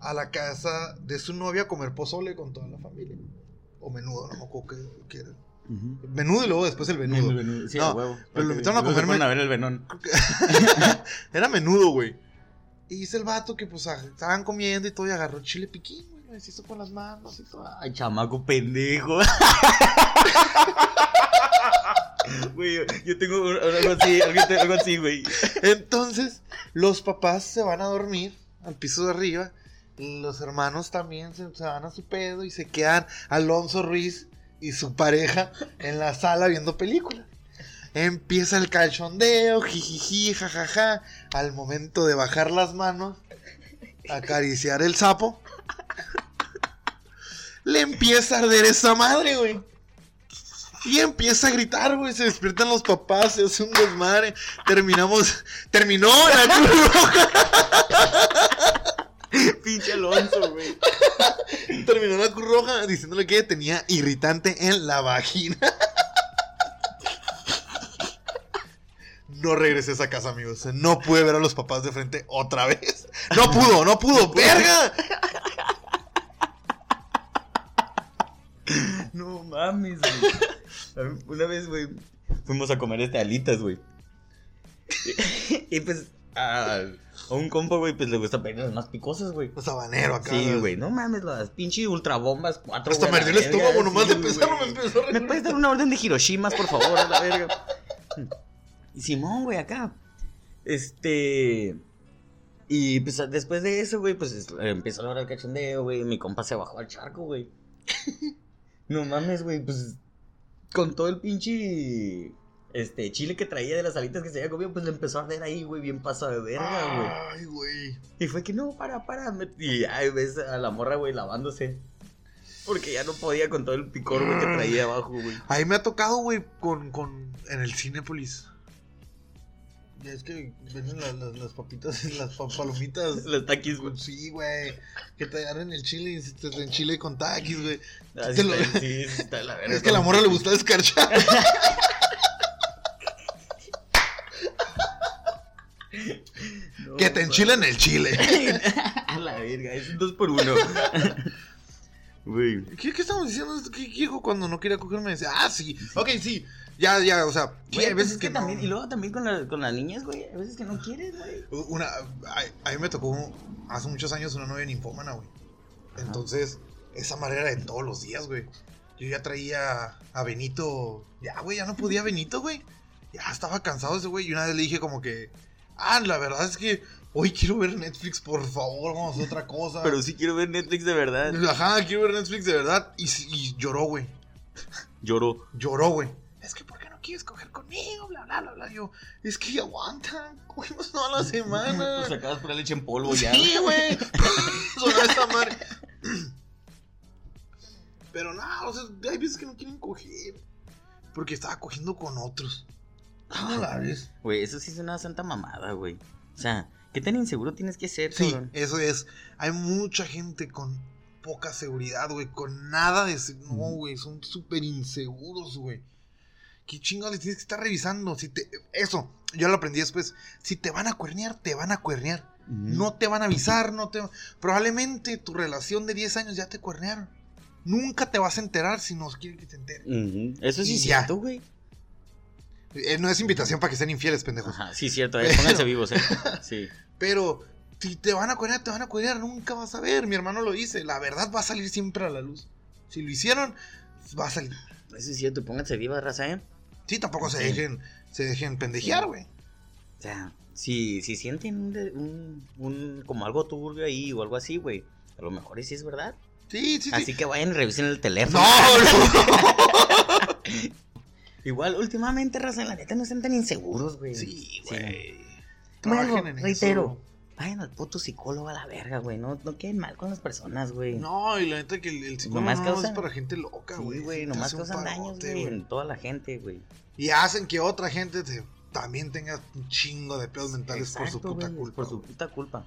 B: a la casa de su novia a comer pozole con toda la familia. O menudo, no me acuerdo qué, qué era.
C: Ujú.
B: Menudo y luego después el menudo.
C: El venudo, Sí,
B: No,
C: a huevo.
B: pero lo invitaron a
C: Luego se
B: comerme-
C: fueron a ver el venón.
B: Era menudo, güey. Y dice el vato que, pues, ah, estaban comiendo y todo, y agarró chile piquín, güey. Lo deshizo con las manos y todo.
C: Ay, chamaco pendejo. Güey, yo, yo tengo un- algo así, algo, algo así, güey.
B: Entonces, los papás se van a dormir al piso de arriba. y Los hermanos también se, se van a su pedo y se quedan Alonso Ruiz y su pareja en la sala viendo película. Empieza el calchondeo, jijiji, jajaja. Al momento de bajar las manos, acariciar el sapo, le empieza a arder esa madre, güey. Y empieza a gritar, güey. Se despiertan los papás, se hace un desmadre. Terminamos. Terminó la Cruz Roja.
C: Pinche Alonso, güey.
B: Terminó la Cruz Roja diciéndole que tenía irritante en la vagina. No regresé a esa casa, amigos. No pude ver a los papás de frente otra vez. No pudo, no pudo, verga.
C: No mames, güey. Una vez, güey, fuimos a comer este alitas, güey. y pues a, a un compa, güey, pues le gusta pedir las más picosas, güey.
B: Los habanero acá.
C: Sí, güey, no mames, las pinche ultrabombas, cuatro,
B: Hasta
C: güey, a
B: perdí el
C: la
B: estómago,
C: verga,
B: nomás de
C: sí,
B: pensarlo me
C: güey.
B: empezó a
C: ¿Me
B: reír.
C: puedes dar una orden de Hiroshimas, por favor, a la verga? Y Simón, güey, acá. Este. Y pues después de eso, güey, pues es- empezó la hora del cachondeo, güey. Mi compa se bajó al charco, güey. no mames, güey, pues. Con todo el pinche. Este chile que traía de las alitas que se había comido, pues le empezó a arder ahí, güey, bien pasado de verga, güey.
B: Ay, güey.
C: Y fue que no, para, para. me- Y ahí ves a la morra, güey, lavándose. Porque ya no podía con todo el picor, güey, que traía abajo, güey.
B: Ahí me ha tocado, güey, con, con. En el Cinépolis. Ya es que venden las, las- las papitas, las pa- palomitas.
C: Los taquis, güey.
B: Sí, güey. Que te agarran el chile y te- te- en chile con taquis, güey.
C: Ah,
B: Te
C: sí,
B: lo-
C: está- sí, sí, está de la verga.
B: Es que a la morra le gusta descarchar.
C: No,
B: Que te
C: güey.
B: enchilan el chile.
C: A la verga, es un dos por uno. Güey.
B: ¿Qué, qué estamos diciendo? ¿Qué dijo cuando no quería cogerme? Dice, ah, sí. Ok, sí. Ya, ya, o sea. Sí,
C: Güey,
B: hay
C: pues
B: veces
C: es
B: que,
C: que
B: no-
C: también, y luego también con, la- con las niñas, güey, a veces que no quieres, güey.
B: Una, a, a mí me tocó un- hace muchos años una novia ninfómana, güey. Entonces, esa manera era de todos los días, güey. Yo ya traía a Benito. Ya, güey, ya no podía Benito, güey. Ya estaba cansado ese güey. Y una vez le dije como que, ah, la verdad es que hoy quiero ver Netflix, por favor, vamos a hacer otra cosa.
C: Pero sí quiero ver Netflix de verdad.
B: Ajá, quiero ver Netflix de verdad. Y, sí- y lloró, güey.
C: Lloró.
B: Lloró, güey. Es que, ¿por qué no quieres coger conmigo? Bla, bla, bla, bla. Yo, es que aguanta. Cogimos toda la semana.
C: Pues acabas por la leche en polvo ya.
B: Sí, güey. Sonó esta madre. Pero no, o sea, hay veces que no quieren coger. Porque estaba cogiendo con otros. ¿Cómo la ves?
C: Güey, eso sí es una santa mamada, güey. O sea, ¿qué tan inseguro tienes que ser,
B: Sí,
C: cabrón?
B: eso es. Hay mucha gente con poca seguridad, güey. Con nada de. se- No, güey. Son súper inseguros, güey. ¿Qué chingados les tienes que estar revisando? Si te... Eso, yo lo aprendí después. Si te van a cuernear, te van a cuernear.
C: Mm.
B: No te van a avisar, no te... Probablemente tu relación de 10 años ya te cuernearon. Nunca te vas a enterar si no quieren que te enteren.
C: Ujú, Eso sí
B: Y
C: es
B: ya.
C: cierto, güey.
B: Eh, no es invitación para que sean infieles, pendejos.
C: Ajá, sí, cierto. eh, Pónganse vivos, eh. Sí.
B: Pero si te van a cuernear, te van a cuernear. Nunca vas a ver. Mi hermano lo dice. La verdad va a salir siempre a la luz. Si lo hicieron, va a salir.
C: Eso es cierto. Pónganse vivas, raza, eh.
B: Sí, tampoco se
C: Sí.
B: dejen, se dejen pendejear,
C: Sí.
B: güey.
C: O sea, si, si sienten un, de- un, un- como algo turbio ahí o algo así, güey, a lo mejor y sí es verdad.
B: Sí, sí, sí.
C: Así que vayan y revisen el teléfono.
B: No, no.
C: Igual, últimamente, raza, la neta, no están tan inseguros, güey.
B: Sí,
C: Sí,
B: güey.
C: Vuelvo,
B: Trabajen en eso.
C: reitero. Vayan al puto psicólogo a la verga, güey. No, no queden mal con las personas, güey.
B: No, y la neta que el, el psicólogo
C: Nomás
B: no
C: causan-
B: es para gente loca, güey.
C: Sí, güey,
B: Te
C: nomás
B: hace un
C: causan daños,
B: parote,
C: güey, en toda la gente, güey.
B: Y hacen que otra gente te- también tenga un chingo de pedos mentales por su
C: Exacto,
B: puta
C: güey,
B: culpa.
C: Por su
B: güey.
C: puta culpa.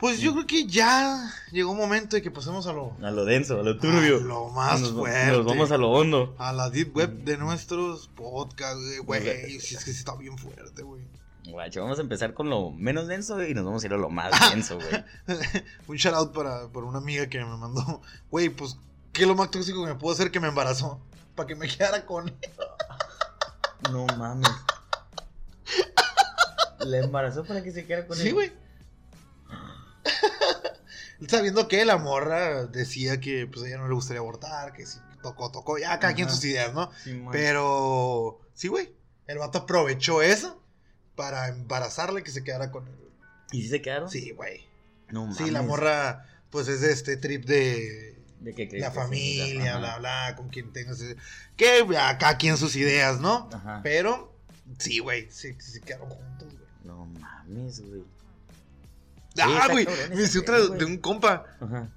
B: Pues yo creo que ya llegó un momento de que pasemos a lo,
C: A lo denso, a lo
B: a lo más fuerte.
C: lo hondo.
B: a la deep web
C: Mm.
B: de nuestros podcasts, güey, güey. Si es que sí está bien fuerte, güey.
C: Guacho, vamos a empezar con lo menos denso y nos vamos a ir a lo más denso, güey.
B: un shout out para, para una amiga que me mandó, güey, pues, ¿qué es lo más tóxico que me pudo hacer que me embarazó? Para que me quedara con él.
C: No mames. La embarazó para que se quedara con él.
B: Sí, güey. Sabiendo que la morra decía que pues a ella no le gustaría abortar, que si tocó, tocó, ya cada quien
C: Ajá.
B: sus ideas, ¿no?
C: Sí, man.
B: Pero sí, güey. El vato aprovechó eso para embarazarle que se quedara con él. güey.
C: ¿Y si se quedaron?
B: Sí, güey.
C: No mames.
B: Sí, la morra, pues es de este trip de
C: De que crees
B: la
C: que sí,
B: familia,
C: ajá.
B: bla, bla, con quien tengas. ese- Que acá quien sus ideas, ¿no?
C: Ajá.
B: Pero, sí, güey, se, se quedaron juntos, güey.
C: No mames, güey. Sí,
B: Ah,
C: está
B: güey,
C: cabrón
B: me
C: ese
B: hice
C: pedo,
B: otra
C: güey.
B: de un compa.
C: Ajá.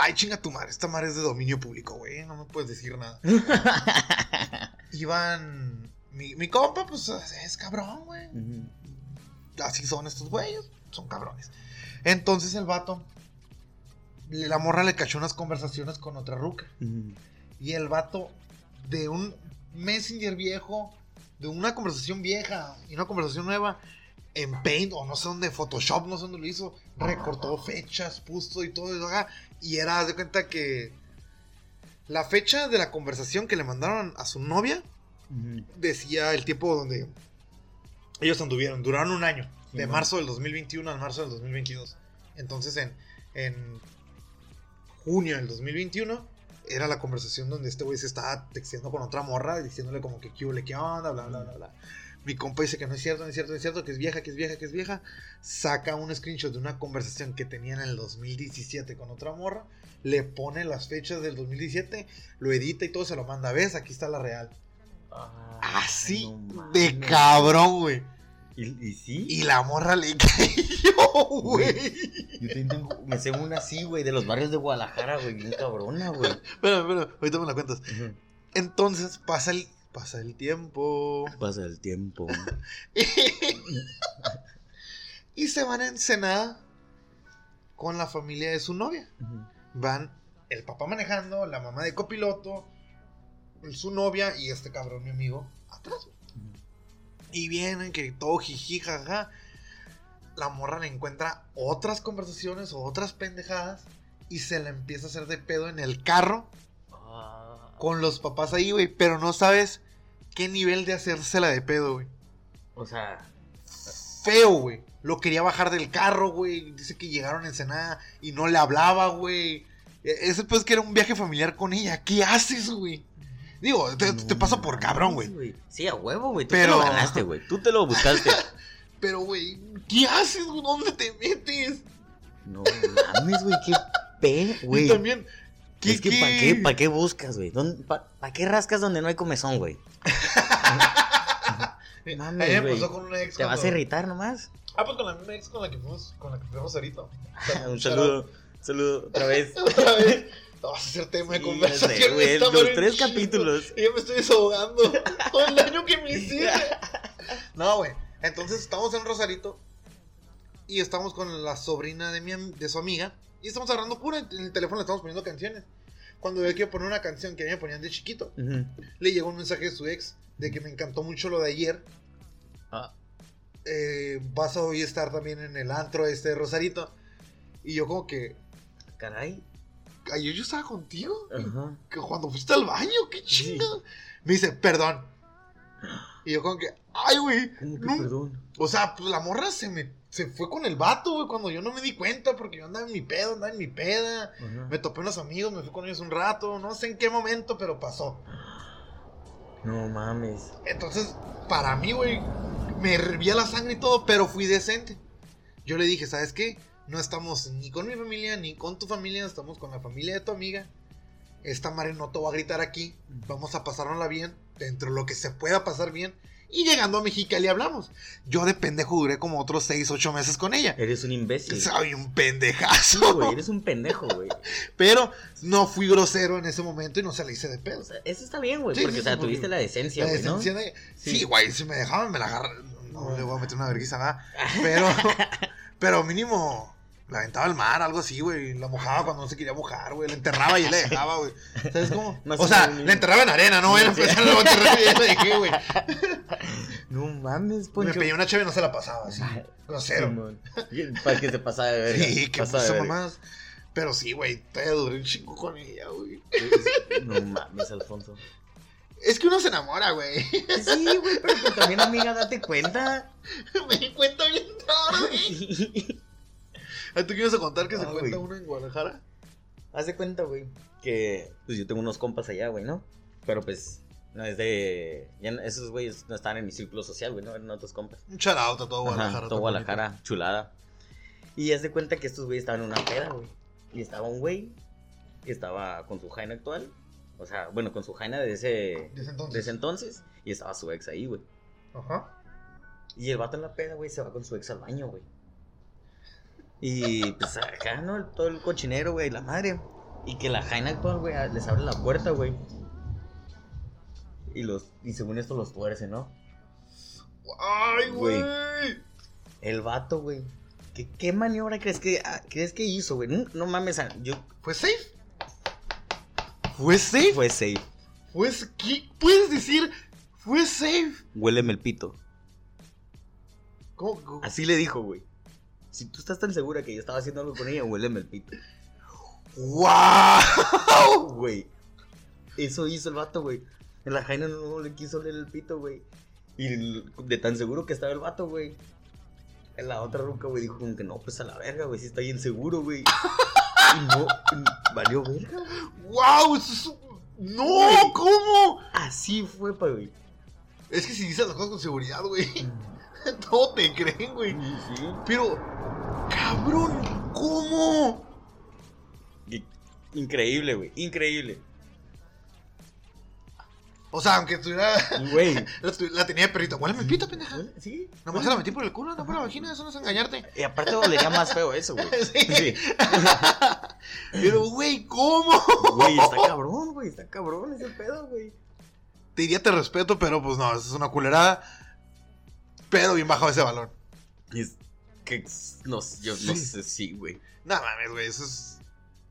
B: Ay, chinga tu madre, esta madre es de dominio público, güey, no me puedes decir nada. Iban. Mi, mi compa, pues es cabrón, güey.
C: Ujú.
B: Así son estos güeyes, son cabrones. Entonces el vato, le- la morra le cachó unas conversaciones con otra ruca.
C: Ujú.
B: Y el vato de un Messenger viejo, de una conversación vieja y una conversación nueva en Paint o no sé dónde, Photoshop, no sé dónde lo hizo, recortó fechas, puso y todo eso acá. Y era, haz de cuenta que la fecha de la conversación que le mandaron a su novia
C: Ujú.
B: decía el tiempo donde ellos anduvieron. Duraron un año, de
C: Simón.
B: marzo del 2021 al marzo del 2022. Entonces en, en junio del 2021 era la conversación donde este güey se estaba texteando con otra morra, diciéndole como que qué huele, qué onda, bla, bla, bla, bla. Mi compa dice que no es cierto, no es cierto, no es cierto, que es vieja, que es vieja, que es vieja. Saca un screenshot de una conversación que tenían en el 2017 con otra morra, le pone las fechas del 2017, lo edita y todo se lo manda. ¿Ves? Aquí está la real.
C: Ay,
B: Así
C: no
B: de
C: mames.
B: cabrón, güey.
C: ¿Y, y sí?
B: Y la morra le cayó, güey.
C: Yo también tengo- me sé una así, güey, de los barrios de Guadalajara, güey, bien cabrona, güey.
B: Espera, espera, ahorita me la cuentas. Entonces pasa el, pasa el tiempo.
C: Pasa el tiempo.
B: y se van a Ensenada con la familia de su novia. Van el papá manejando, la mamá de copiloto, su novia y este cabrón, mi amigo, atrás. güey. Y vienen que todo jiji, jaja. La morra le encuentra otras conversaciones o otras pendejadas y se la empieza a hacer de pedo en el carro
C: Ah,
B: con los papás ahí, güey. Pero no sabes qué nivel de hacérsela de pedo, güey.
C: o sea,
B: Feo, güey. Lo quería bajar del carro, güey. Dice que llegaron a Ensenada y no le hablaba, güey. E- Ese pues que era un viaje familiar con ella. ¿Qué haces, güey? Digo, te,
C: no
B: te pasa por
C: mames,
B: cabrón, güey.
C: Sí, a huevo, güey. Tú
B: Pero-
C: te lo ganaste, güey. Tú te lo buscaste.
B: Pero, güey, ¿qué haces? güey? ¿Dónde te metes?
C: No mames, güey, qué pe,
B: Y
C: güey.
B: también,
C: Es que ¿para qué, pa' qué buscas, güey? ¿Para qué rascas donde no hay comezón, güey?
B: Eh,
C: Mames,
B: ayer me
C: güey.
B: pasó con una ex.
C: ¿Te vas a
B: cuando-
C: irritar nomás?
B: Ah, pues con la misma ex con la que fuimos, con la que fuimos ahorita.
C: Un saludo, un saludo otra vez.
B: Otra vez. No vas a hacer tema de
C: Sí,
B: conversación.
C: ya sé, güey,
B: esta
C: los
B: madre,
C: tres
B: chido.
C: capítulos.
B: Y yo me estoy desahogando. Todo el daño que me hiciste. No, güey. Entonces estamos en Rosarito. Y estamos con la sobrina de, mi, am- de su amiga. Y estamos hablando pura. En el teléfono le estamos poniendo canciones. Cuando yo quiero poner una canción que a mí me ponían de chiquito,
C: Ujú.
B: le llegó un mensaje de su ex de que me encantó mucho lo de ayer.
C: Ah.
B: Eh, vas a hoy estar también en el antro este de Rosarito. Y yo como que,
C: Caray.
B: ayer yo estaba contigo.
C: Ajá.
B: que cuando fuiste al baño, qué chingada. Me dice, perdón. Y yo como que, ay, güey.
C: ¿Cómo que
B: no".
C: perdón?
B: O sea, pues la morra se me se fue con el vato, güey, cuando yo no me di cuenta, porque yo andaba en mi pedo, andaba en mi peda.
C: Ajá.
B: Me topé unos amigos, me fui con ellos un rato, no sé en qué momento, pero pasó.
C: No mames.
B: Entonces, para mí, güey, me hervía la sangre y todo, pero fui decente. Yo le dije, ¿sabes qué? No estamos ni con mi familia, ni con tu familia, estamos con la familia de tu amiga. Esta madre no te va a gritar aquí. Vamos a pasárnosla bien, dentro de lo que se pueda pasar bien. Y llegando a Mexicali hablamos. Yo de pendejo duré como otros 6, 8 meses con ella.
C: Eres un imbécil.
B: Soy un
C: Sí,
B: pendejazo.
C: güey, eres un pendejo, güey.
B: Pero no fui grosero en ese momento y no se le hice de
C: O
B: pedo.
C: sea, eso está bien, güey,
B: Sí,
C: porque,
B: sí,
C: o sea,
B: sí,
C: tuviste
B: porque-
C: la decencia,
B: La
C: güey, ¿no?
B: esencia de-
C: Sí.
B: Este, Sí, Ah. güey, si me dejaban, me la agarran. No le voy a meter una vergüenza, nada. Pero, pero mínimo, la aventaba al mar, algo así, güey. La mojaba cuando no se quería mojar, güey. La enterraba y ahí la dejaba, güey. ¿Sabes cómo?
C: Más
B: o
C: o
B: sea,
C: menos mínimo.
B: la enterraba en arena, ¿no? Era
C: Sí.
B: empezar a enterrar y ahí la dejé, güey.
C: No mames,
B: Me
C: Poncho. Ah,
B: pedí una chave y no se la pasaba, así. Grosero.
C: Simón. Bien, Para que se pasara de verga.
B: Sí, que
C: pasada de
B: puso
C: verga.
B: mamás. Pero sí, güey, te duré un chingo con ella, güey.
C: No mames, Alfonso.
B: Es que uno se enamora, güey.
C: Sí, güey, pero pues también, amiga, date cuenta.
B: Me di cuenta bien tarde. ¿Ah, ¿Tú quieres contar que se
C: Ah,
B: cuenta
C: güey.
B: uno en Guadalajara?
C: Haz de cuenta, güey, que pues yo tengo unos compas allá, güey, ¿no? Pero pues, no es de. Ya, no- esos güeyes no estaban en mi círculo social, güey, no eran otros compas.
B: Un charao, todo
C: Ajá,
B: Guadalajara.
C: todo
B: tan
C: Guadalajara, chulada. Y haz de cuenta que estos güeyes estaban en una peda, güey. Y estaba un güey que estaba con su jaina actual. O sea, bueno, con su jaina de ese,
B: bonito. Desde
C: de
B: entonces.
C: ese entonces. Y estaba su ex ahí, güey.
B: Ajá.
C: Y el vato en la peda, güey, se va con su ex al baño, güey. Y pues acá, ¿no? El- Todo el cochinero, güey, la madre. Y que la Jaina actual, güey, a- les abre la puerta, güey. Y, los, y según esto los tuerce, ¿no?
B: Ay, güey.
C: El vato, güey. ¿Qué, qué maniobra crees que, ah, crees que hizo, güey? No, no mames, ah, yo
B: ¿Fue safe? ¿Fue safe?
C: fue safe.
B: ¿Fue s- ¿Qué puedes decir? Fue safe.
C: Huéleme el pito.
B: ¿Cómo? cómo?
C: Así le dijo, güey. Si tú estás tan segura que yo estaba haciendo algo con ella, huéleme el pito.
B: ¡Wow!
C: Güey. Eso hizo el vato, güey. La Jaina no le quiso oler el pito, güey. Y el- de tan seguro que estaba el vato, güey. La otra ruca, güey, dijo como que no, pues a la verga, güey, si está bien seguro, güey. Y no, y valió verga. güey.
B: ¡Wow! Eso es un- ¡No! ¿Cómo?
C: Así fue, pa, güey.
B: Es que si dices las cosas con seguridad, güey. No te creen, güey. Pero, cabrón, ¿cómo?
C: Y- Increíble, güey, increíble.
B: O sea, aunque estuviera.
C: Güey.
B: La, tu- la tenía de perrito. Huéleme el pito, pendeja.
C: Sí.
B: Nomás se la metí por el culo, no pues, por la vagina, eso no es engañarte.
C: Y aparte olería más feo eso, güey.
B: Sí. Pero, güey, ¿cómo?
C: Güey, está cabrón, güey, está cabrón ese pedo, güey.
B: Te diría te respeto, pero pues no, eso es una culerada. Pero bien bajado ese valor.
C: Es que no, yo no sé, sí, güey.
B: No mames, güey, eso es.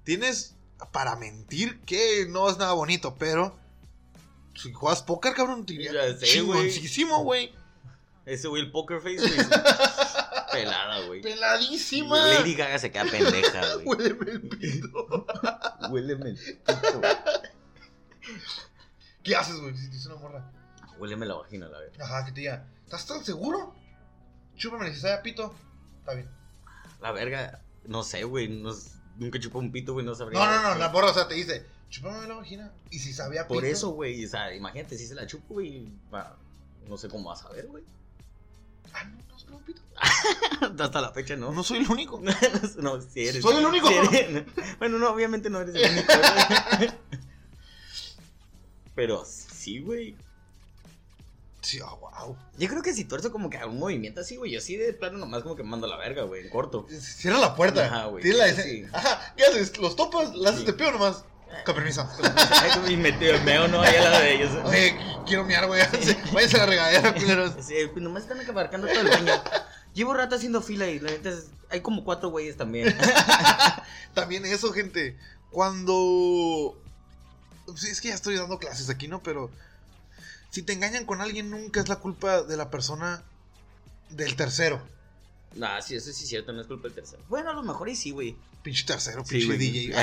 B: Tienes para mentir que no es nada bonito, pero. Si juegas póker, cabrón, te diría
C: Ya sé, güey.
B: chingoncísimo, güey.
C: Ese güey, el poker face, güey. es Pelada, güey.
B: Peladísima.
C: Lady Gaga se queda pendeja, güey.
B: Huéleme el pito.
C: Huéleme el pito, güey.
B: ¿Qué haces, güey? Si te hizo una morra.
C: Huéleme la vagina, la verga.
B: Ajá, que te diga, ¿estás tan seguro? Chúpame si sabe a pito. Está bien.
C: La verga, no sé, güey. no s- nunca chupó un pito, güey, no sabría.
B: No, no, no, la morra, o sea, te dice, chúpame la vagina. Y si sabía pito.
C: Por eso, güey, o sea, imagínate, si se la chupo, güey, va, no sé cómo vas a ver, güey.
B: Ah, no, no, no, pito.
C: Hasta la fecha, ¿no?
B: No soy el único.
C: no, si eres.
B: Soy el único.
C: si eres- bueno, no, obviamente no eres el único. güey. Pero sí, güey.
B: Sí, ah, wow.
C: Yo creo que si tuerzo como que algún movimiento así, güey. Yo sí de plano nomás como que mando la verga, güey, en corto.
B: Cierra la puerta.
C: Ajá, güey,
B: Tienes la
C: eso
B: ese-
C: sí.
B: Ajá, ¿qué haces? ¿Los topas? ¿Las haces
C: Sí.
B: de peor nomás? Con permiso.
C: Ay, y me meo, no, ahí a la de ellos.
B: Oye, qu- quiero mirar, güey. Váyanse a la regadera, culeros.
C: Sí, pues, nomás están abarcando todo el baño. Llevo rato haciendo fila y la neta es- hay como cuatro güeyes también.
B: También eso, gente. Cuando. Sí, es que ya estoy dando clases aquí, ¿no? Pero. Si te engañan con alguien, nunca es la culpa de la persona del tercero.
C: nah, sí, eso sí es cierto, no es culpa del tercero. Bueno, a lo mejor y sí, güey.
B: Pinche tercero,
C: Sí,
B: pinche
C: güey.
B: DJ.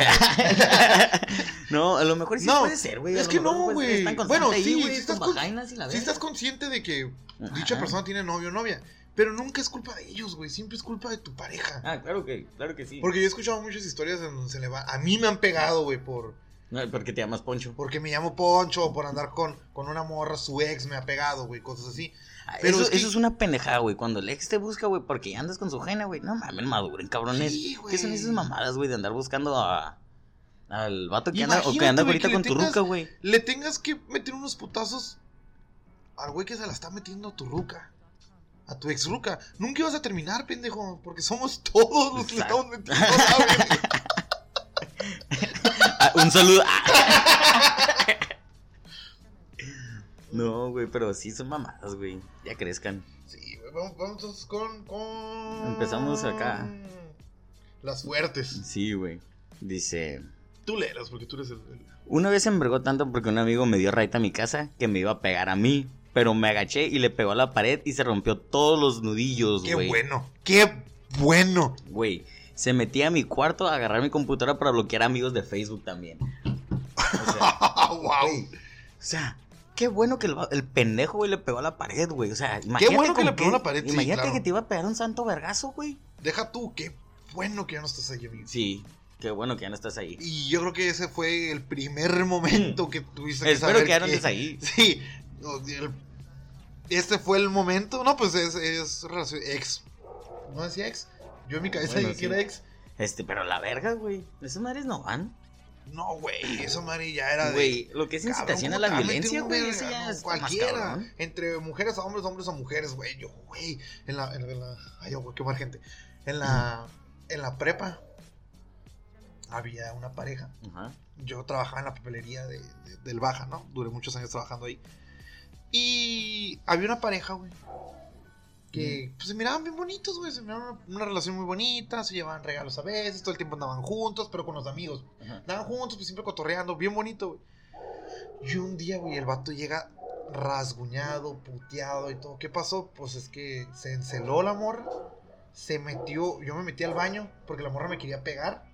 C: no, a lo mejor sí
B: No,
C: puede ser, güey. a
B: es
C: lo
B: que
C: mejor,
B: no,
C: pues,
B: güey.
C: están constante
B: Bueno,
C: ahí,
B: sí,
C: güey,
B: sí estás
C: con
B: con-
C: vagainas y la
B: Si estás
C: verga.
B: consciente de que
C: Ajá.
B: dicha persona tiene novio o novia. Pero nunca es culpa de ellos, güey. Siempre es culpa de tu pareja.
C: Ah, claro que, claro que sí.
B: Porque yo he escuchado muchas historias en donde se le va. A mí me han pegado, güey, por.
C: No, porque te llamas Poncho.
B: Porque me llamo Poncho, o por andar con, con una morra, su ex me ha pegado, güey, cosas así.
C: Ah,
B: Pero
C: eso,
B: es que-
C: eso es una pendejada, güey. Cuando el ex te busca, güey, porque ya andas con su gena, güey. No mames, maduren, cabrones.
B: Sí,
C: ¿Qué son
B: güey.
C: esas mamadas, güey, de andar buscando a, al vato que anda, o
B: Imagínate,
C: que anda
B: güey,
C: ahorita
B: que
C: con
B: le
C: tu
B: tengas-
C: ruca, güey?
B: Le tengas que meter unos putazos al güey que se la está metiendo a tu ruca. A tu ex ruca. Nunca ibas a terminar, pendejo. Porque somos todos los que le
C: Exacto.
B: estamos metiendo. a la verga.
C: Ah, un saludo. Ah. no, güey, pero sí son mamadas, güey. Ya crezcan.
B: Sí, güey. Vamos, vamos entonces con, con.
C: Empezamos acá.
B: Las fuertes.
C: Sí, güey. Dice.
B: Tú leerás porque tú eres el. el-
C: Una vez se embrogó tanto porque un amigo me dio raita a mi casa que me iba a pegar a mí. Pero me agaché y le pegó a la pared y se rompió todos los nudillos,
B: Qué
C: Pues, güey.
B: bueno. Qué bueno.
C: Güey, se metía a mi cuarto a agarrar mi computadora para bloquear amigos de Facebook también. O sea,
B: wow.
C: o sea, qué bueno que el, va- el pendejo, güey, le pegó a la pared, güey. O sea, imagínate.
B: bueno que
C: con
B: le pegó a la pared, sí,
C: Imagínate
B: claro.
C: que te iba a pegar un santo vergazo, güey.
B: Deja tú, qué bueno que ya no estás ahí, amigo.
C: Sí, qué bueno que ya no estás ahí.
B: Y yo creo que ese fue el primer momento que tuviste que
C: Espero
B: saber
C: que ya no estés ahí.
B: Sí. no, el- Este fue el momento. No, pues es, es relación- ex. No decía ex. Yo en mi cabeza
C: Bueno,
B: dije
C: sí.
B: que era ex.
C: Este, pero la verga, güey. Esas madres no van.
B: No, güey. Eso, Mari, ya era de.
C: Güey, lo que es
B: cabrón,
C: incitación a
B: ¿cómo
C: la
B: te va a meter
C: violencia,
B: un
C: güey.
B: verga?
C: Eso ya
B: No,
C: está más
B: cualquiera.
C: cabrón.
B: Entre mujeres a hombres, hombres a mujeres, güey. Yo, güey. En la. En la, en la- ay, yo, güey, qué mal gente. En la. En la prepa. Había una pareja.
C: Ajá.
B: yo trabajaba en la papelería de- de- del Baja, ¿no? Duré muchos años trabajando ahí. Y había una pareja, güey. Que pues, se miraban bien bonitos, güey. Se miraban una, una relación muy bonita, se llevaban regalos a veces, todo el tiempo andaban juntos, pero con los amigos.
C: Ajá.
B: Andaban juntos, pues siempre cotorreando, bien bonito, güey. Y un día, güey, el vato llega rasguñado, puteado y todo. ¿Qué pasó? Pues es que se enceló la morra, se metió, yo me metí al baño porque la morra me quería pegar.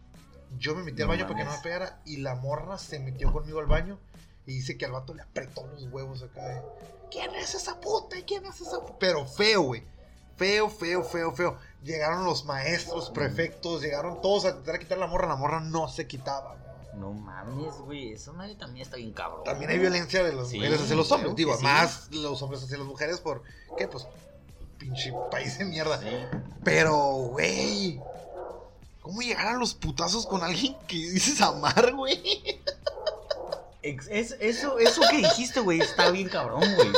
B: Yo me metí al
C: No
B: baño para que no me
C: mames.
B: pegara y la morra se metió conmigo al baño y dice que al vato le apretó los huevos acá. de, ¿Quién es esa puta? ¿Quién es esa puta? Pero feo, güey. Feo, feo, feo, feo. Llegaron los maestros, prefectos, llegaron todos a intentar quitar la morra. La morra no se quitaba. güey.
C: No mames, güey. Esa madre también está bien cabrón.
B: También hay violencia de las
C: Sí,
B: mujeres hacia los hombres.
C: claro
B: Digo,
C: que sí.
B: más los hombres hacia las mujeres por... ¿Qué? Pues pinche país de mierda.
C: Sí.
B: Pero, güey. ¿Cómo llegar a los putazos con alguien que dices amar, güey?
C: Ex- es- eso, eso que dijiste, güey, está bien cabrón, güey.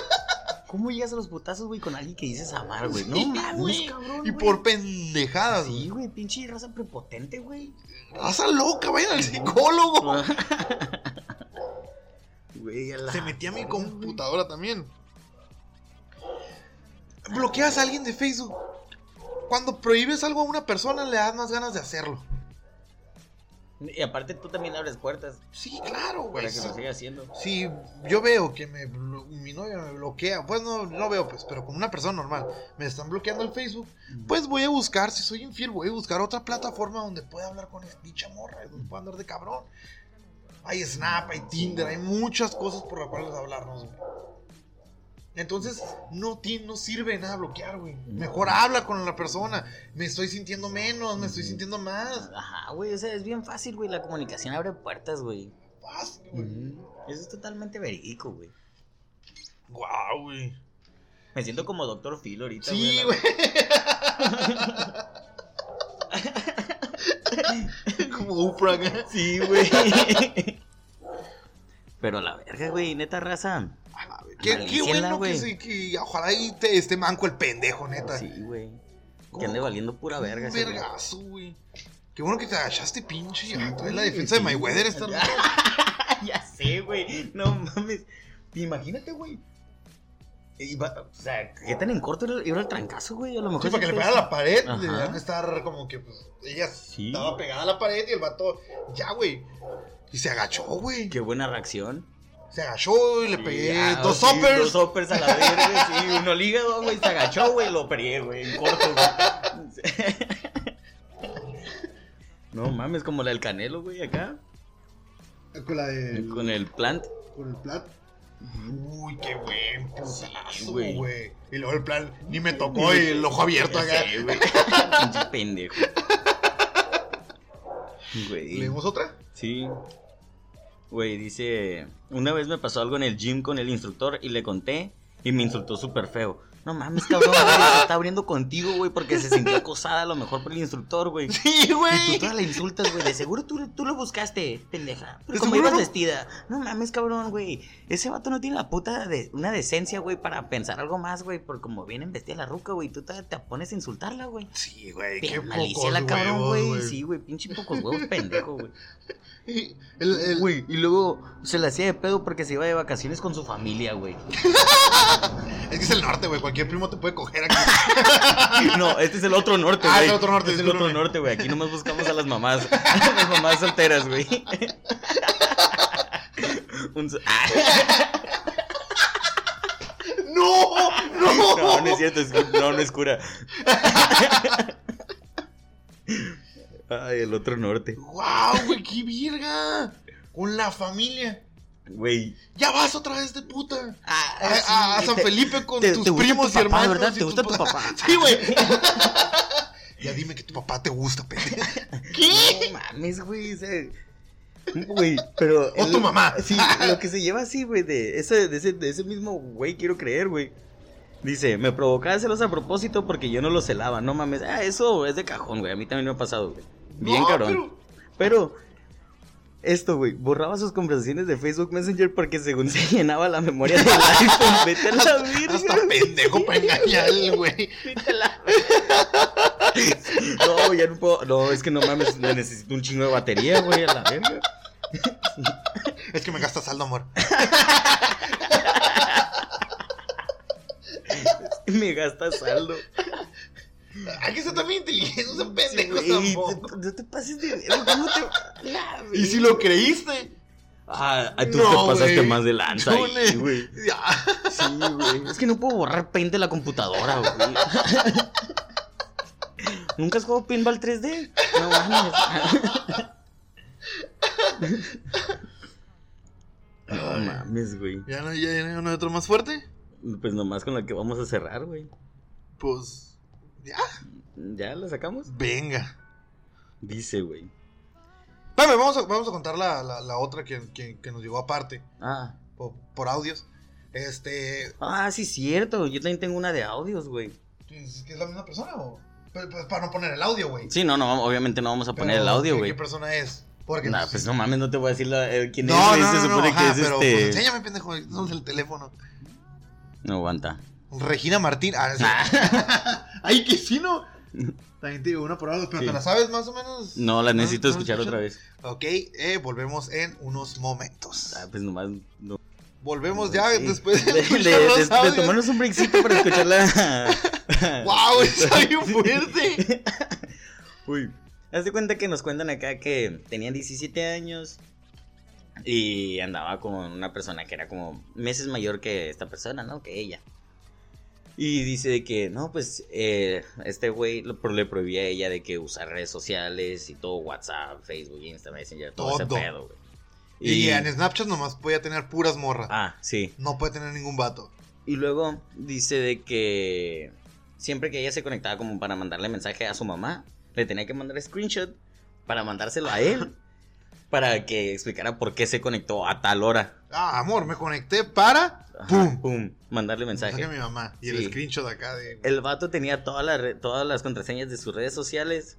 C: ¿Cómo llegas a los botazos, güey, con alguien que dices amar, güey? No
B: Sí,
C: mames,
B: güey.
C: cabrón.
B: Y
C: güey.
B: por pendejadas,
C: Sí,
B: güey.
C: güey, pinche raza prepotente, güey.
B: Raza loca, vayan al psicólogo.
C: Güey, a la
B: Se metía a mi
C: verga,
B: computadora también. Bloqueas a alguien de Facebook. Cuando prohíbes algo a una persona, le das más ganas de hacerlo.
C: güey. Y aparte tú también abres puertas
B: Sí, claro, güey.
C: para que
B: Sí.
C: lo siga haciendo.
B: Si yo veo que me blo- mi novia me bloquea, pues no, no veo, pues, pero como una persona normal, me están bloqueando el Facebook, pues voy a buscar, si soy infiel, voy a buscar otra plataforma donde pueda hablar con esta dicha morra, donde pueda andar de cabrón. Hay Snap, hay Tinder, hay muchas cosas por las cuales hablarnos, güey. Entonces, no, ti- no sirve de nada bloquear, güey. Mejor habla con la persona. Me estoy sintiendo menos, me estoy sintiendo más.
C: Ajá, güey, o sea, es bien fácil, güey. La comunicación abre puertas, güey.
B: Fácil, güey.
C: Eso es totalmente verídico, güey.
B: Guau, güey.
C: Me siento como Doctor Phil ahorita,
B: Sí,
C: a
B: güey.
C: la
B: Como ¿eh? Oprah. güey.
C: Sí, güey. Pero la verga, güey, neta raza.
B: Ah, güey. Qué, qué
C: Maldíciela,
B: bueno que,
C: güey.
B: sí, que ojalá y te esté manco el pendejo, neta.
C: Sí, güey.
B: ¿Cómo?
C: Que ande valiendo pura
B: Un
C: verga. ese güey.
B: vergazo, güey. Qué bueno que te agachaste, pinche. Ah, trae la defensa de Mayweather esta noche.
C: ya sé, güey. No mames. Imagínate, güey. Iba- o sea, ¿qué tan en corto era, era el trancazo, güey? A lo mejor.
B: Sí, para que le
C: sí
B: pegara a la pared,
C: Ajá.
B: deberían estar como que pues, ella
C: Sí.
B: estaba pegada a la pared y el vato, ya, güey. Y se agachó, güey.
C: Qué buena reacción.
B: Se agachó y le pegué
C: Ah,
B: dos
C: sí,
B: uppers.
C: Dos uppers a la verga, güey. Sí, uno al hígado, güey. Se agachó, güey. Lo pegué, güey. En corto, güey. No mames, como la del canelo, güey, acá.
B: Con la de.
C: Con el plant.
B: Con el plat. Uy, qué buen
C: Sí,
B: putazo,
C: güey.
B: güey. Y luego el plan, ni me tocó y el ojo abierto acá.
C: Sí, güey. Pinche pendejo. Güey.
B: ¿Leemos otra?
C: Sí. Güey, dice, una vez me pasó algo en el gym con el instructor y le conté y me insultó súper feo. No mames, cabrón, güey, se está abriendo contigo, güey, porque se sintió acosada a lo mejor por el instructor, güey.
B: Sí,
C: Y tú toda la insultas, güey. De seguro tú, tú lo buscaste, pendeja.
B: De
C: Pero como
B: seguro
C: ibas
B: no.
C: vestida. No mames, cabrón, güey. Ese vato no tiene la puta de una decencia, güey, para pensar algo más, güey. Por como vienen vestida la ruca, güey. Tú te, te pones a insultarla, güey.
B: Sí, güey, qué
C: Te
B: pocos
C: malicia la cabrón,
B: huevos,
C: güey. Sí, güey, pinche pocos huevos, pendejo, güey.
B: Y el- el-
C: Güey, y luego se le hacía de pedo porque se iba de vacaciones con su familia, güey.
B: Es que es el norte, güey. Cualquier primo te puede coger aquí.
C: No, este es el otro norte,
B: Ah,
C: güey.
B: es el otro norte,
C: Este es el
B: discúlpame.
C: otro norte, güey. Aquí nomás buscamos a las mamás. A las mamás solteras, güey. Un ah, so-
B: ¡No! ¡No!
C: No, no es cierto, es, no, no es cura. Ay, el otro norte.
B: ¡Guau, güey! ¡Qué virga! Con la familia.
C: Güey.
B: Ya vas otra vez de puta.
C: Ah,
B: A, a- a San Felipe con tus primos y hermanos.
C: ¿verdad?
B: y
C: ¿Te gusta tu
B: pa-
C: papá?
B: Sí, güey. ya dime que tu papá te gusta, pendejo.
C: No mames, güey. o sea, Güey, pero.
B: O tu mamá.
C: Sí, lo que se lleva así, güey, de ese, de ese, de ese mismo güey, quiero creer, güey. Dice, me provocaba celos a propósito porque yo no los celaba, no mames. Ah, eso es de cajón, güey. A mí también me ha pasado, güey. Bien
B: No,
C: cabrón.
B: pero-
C: Pero esto, güey, borraba sus conversaciones de Facebook Messenger porque según se llenaba la memoria del iPhone. Vete a la
B: Hasta
C: verga.
B: pendejo para engañarle, güey.
C: Vete a la verga. No, ya no puedo. No, es que no mames, le necesito un chingo de batería, güey, a la verga.
B: Es que me gasta saldo, amor.
C: Me gasta saldo.
B: Hay que ser también inteligente, no sean pendejos
C: Güey,
B: tampoco.
C: te- no te pases de verga. ¿Cómo te.? La
B: Y si
C: verga.
B: lo creíste,
C: Ah, ay, tú
B: No,
C: te pasaste
B: güey.
C: más de lanza.
B: Yo
C: ahí,
B: le-
C: güey.
B: Ya.
C: Sí, güey. Es que no puedo borrar paint de la computadora, güey. ¿Nunca has jugado pinball 3D? No mames. No mames, güey.
B: ¿Ya no, ya, ya no hay uno otro más fuerte?
C: Pues nomás con la que vamos a cerrar, güey.
B: Pues. Ya.
C: ¿Ya la sacamos?
B: Venga.
C: Dice, güey.
B: Espérame, vamos a, vamos a contar la, la, la otra que, que, que nos llegó aparte.
C: Ah.
B: Por, por audios. Este.
C: Ah, sí, cierto. Yo también tengo una de audios, güey.
B: ¿Es que es la misma persona o.? Pero, pues, para no poner el audio, güey.
C: Sí, no, no, obviamente no vamos a poner
B: Pero,
C: el audio,
B: ¿qué-
C: güey.
B: ¿Qué persona es? Porque.
C: Nah, pues no mames, no te voy a decir la, eh, quién
B: No,
C: es, güey.
B: no,
C: Se
B: no, no,
C: supone que
B: ajá,
C: es
B: pero
C: este.
B: pues, enséñame, pendejo, ahorita estamos en el teléfono.
C: No aguanta.
B: Regina Martín. Ah, sí. Ay, que sí, ¿no? También te digo una por audio, pero
C: Sí.
B: ¿te la sabes más o menos?
C: No, la necesito
B: no
C: escuchar
B: escuchas?
C: otra vez.
B: Ok, eh, volvemos en unos momentos.
C: Ah, pues nomás. no-
B: Volvemos ya
C: sí.
B: después de,
C: de,
B: escuchar
C: de- de-
B: los
C: de
B: audios.
C: tomarnos un breakcito para escucharla.
B: ¡Wow! Está bien fuerte.
C: Uy. Haz de cuenta que nos cuentan acá que tenía 17 años y andaba con una persona que era como meses mayor que esta persona, ¿no? Que ella. Y dice de que, no, pues eh, este güey lo- pro- le prohibía a ella de que usar redes sociales y todo, WhatsApp, Facebook, Instagram, Messenger, todo,
B: Todo.
C: ese pedo, güey.
B: Y en Snapchat nomás podía tener puras morras.
C: Ah, sí.
B: No puede tener ningún vato.
C: Y luego dice de que siempre que ella se conectaba como para mandarle mensaje a su mamá, le tenía que mandar screenshot para mandárselo a él. para que explicara por qué se conectó a tal hora.
B: Ah, amor, me conecté para.
C: Ajá,
B: ¡Pum!
C: ¡Pum! Mandarle
B: Mensaje a
C: mensaje.
B: mi mamá. Y el
C: Sí.
B: screenshot acá de.
C: El vato tenía todas las re- todas las contraseñas de sus redes sociales.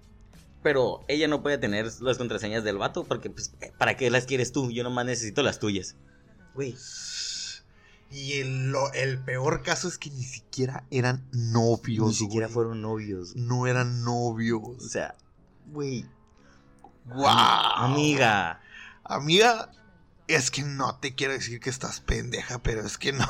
C: Pero ella no podía tener las contraseñas del vato porque, pues, ¿para qué las quieres tú? Yo nomás necesito las tuyas. Güey,
B: Y el, lo- el peor caso es que ni siquiera eran novios.
C: ni siquiera
B: güey.
C: fueron novios.
B: No eran
C: O
B: novios.
C: sea, güey.
B: ¡Wow!
C: Amiga.
B: Amiga, es que no te quiero decir que estás pendeja, pero es que no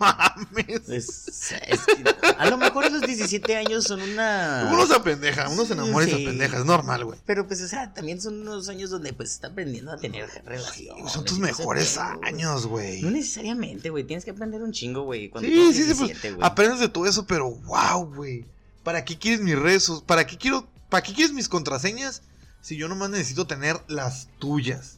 B: mames.
C: Es- es que a lo mejor a los 17 años son una.
B: Uno se apendeja, uno se enamora y
C: Sí.
B: se apendeja, es normal, güey.
C: Pero pues, o sea, también son unos años donde pues está aprendiendo a tener relaciones.
B: Son tus
C: y todo ese
B: mejores
C: pedo, güey.
B: años, güey.
C: No necesariamente, güey. Tienes que aprender un chingo, güey. Cuando
B: Sí,
C: tienes
B: sí, sí,
C: 17,
B: pues
C: güey.
B: aprendes de todo eso, pero wow, güey. ¿Para qué quieres mis rezos? ¿Para qué quiero, para qué quieres mis contraseñas si yo nomás necesito tener las tuyas?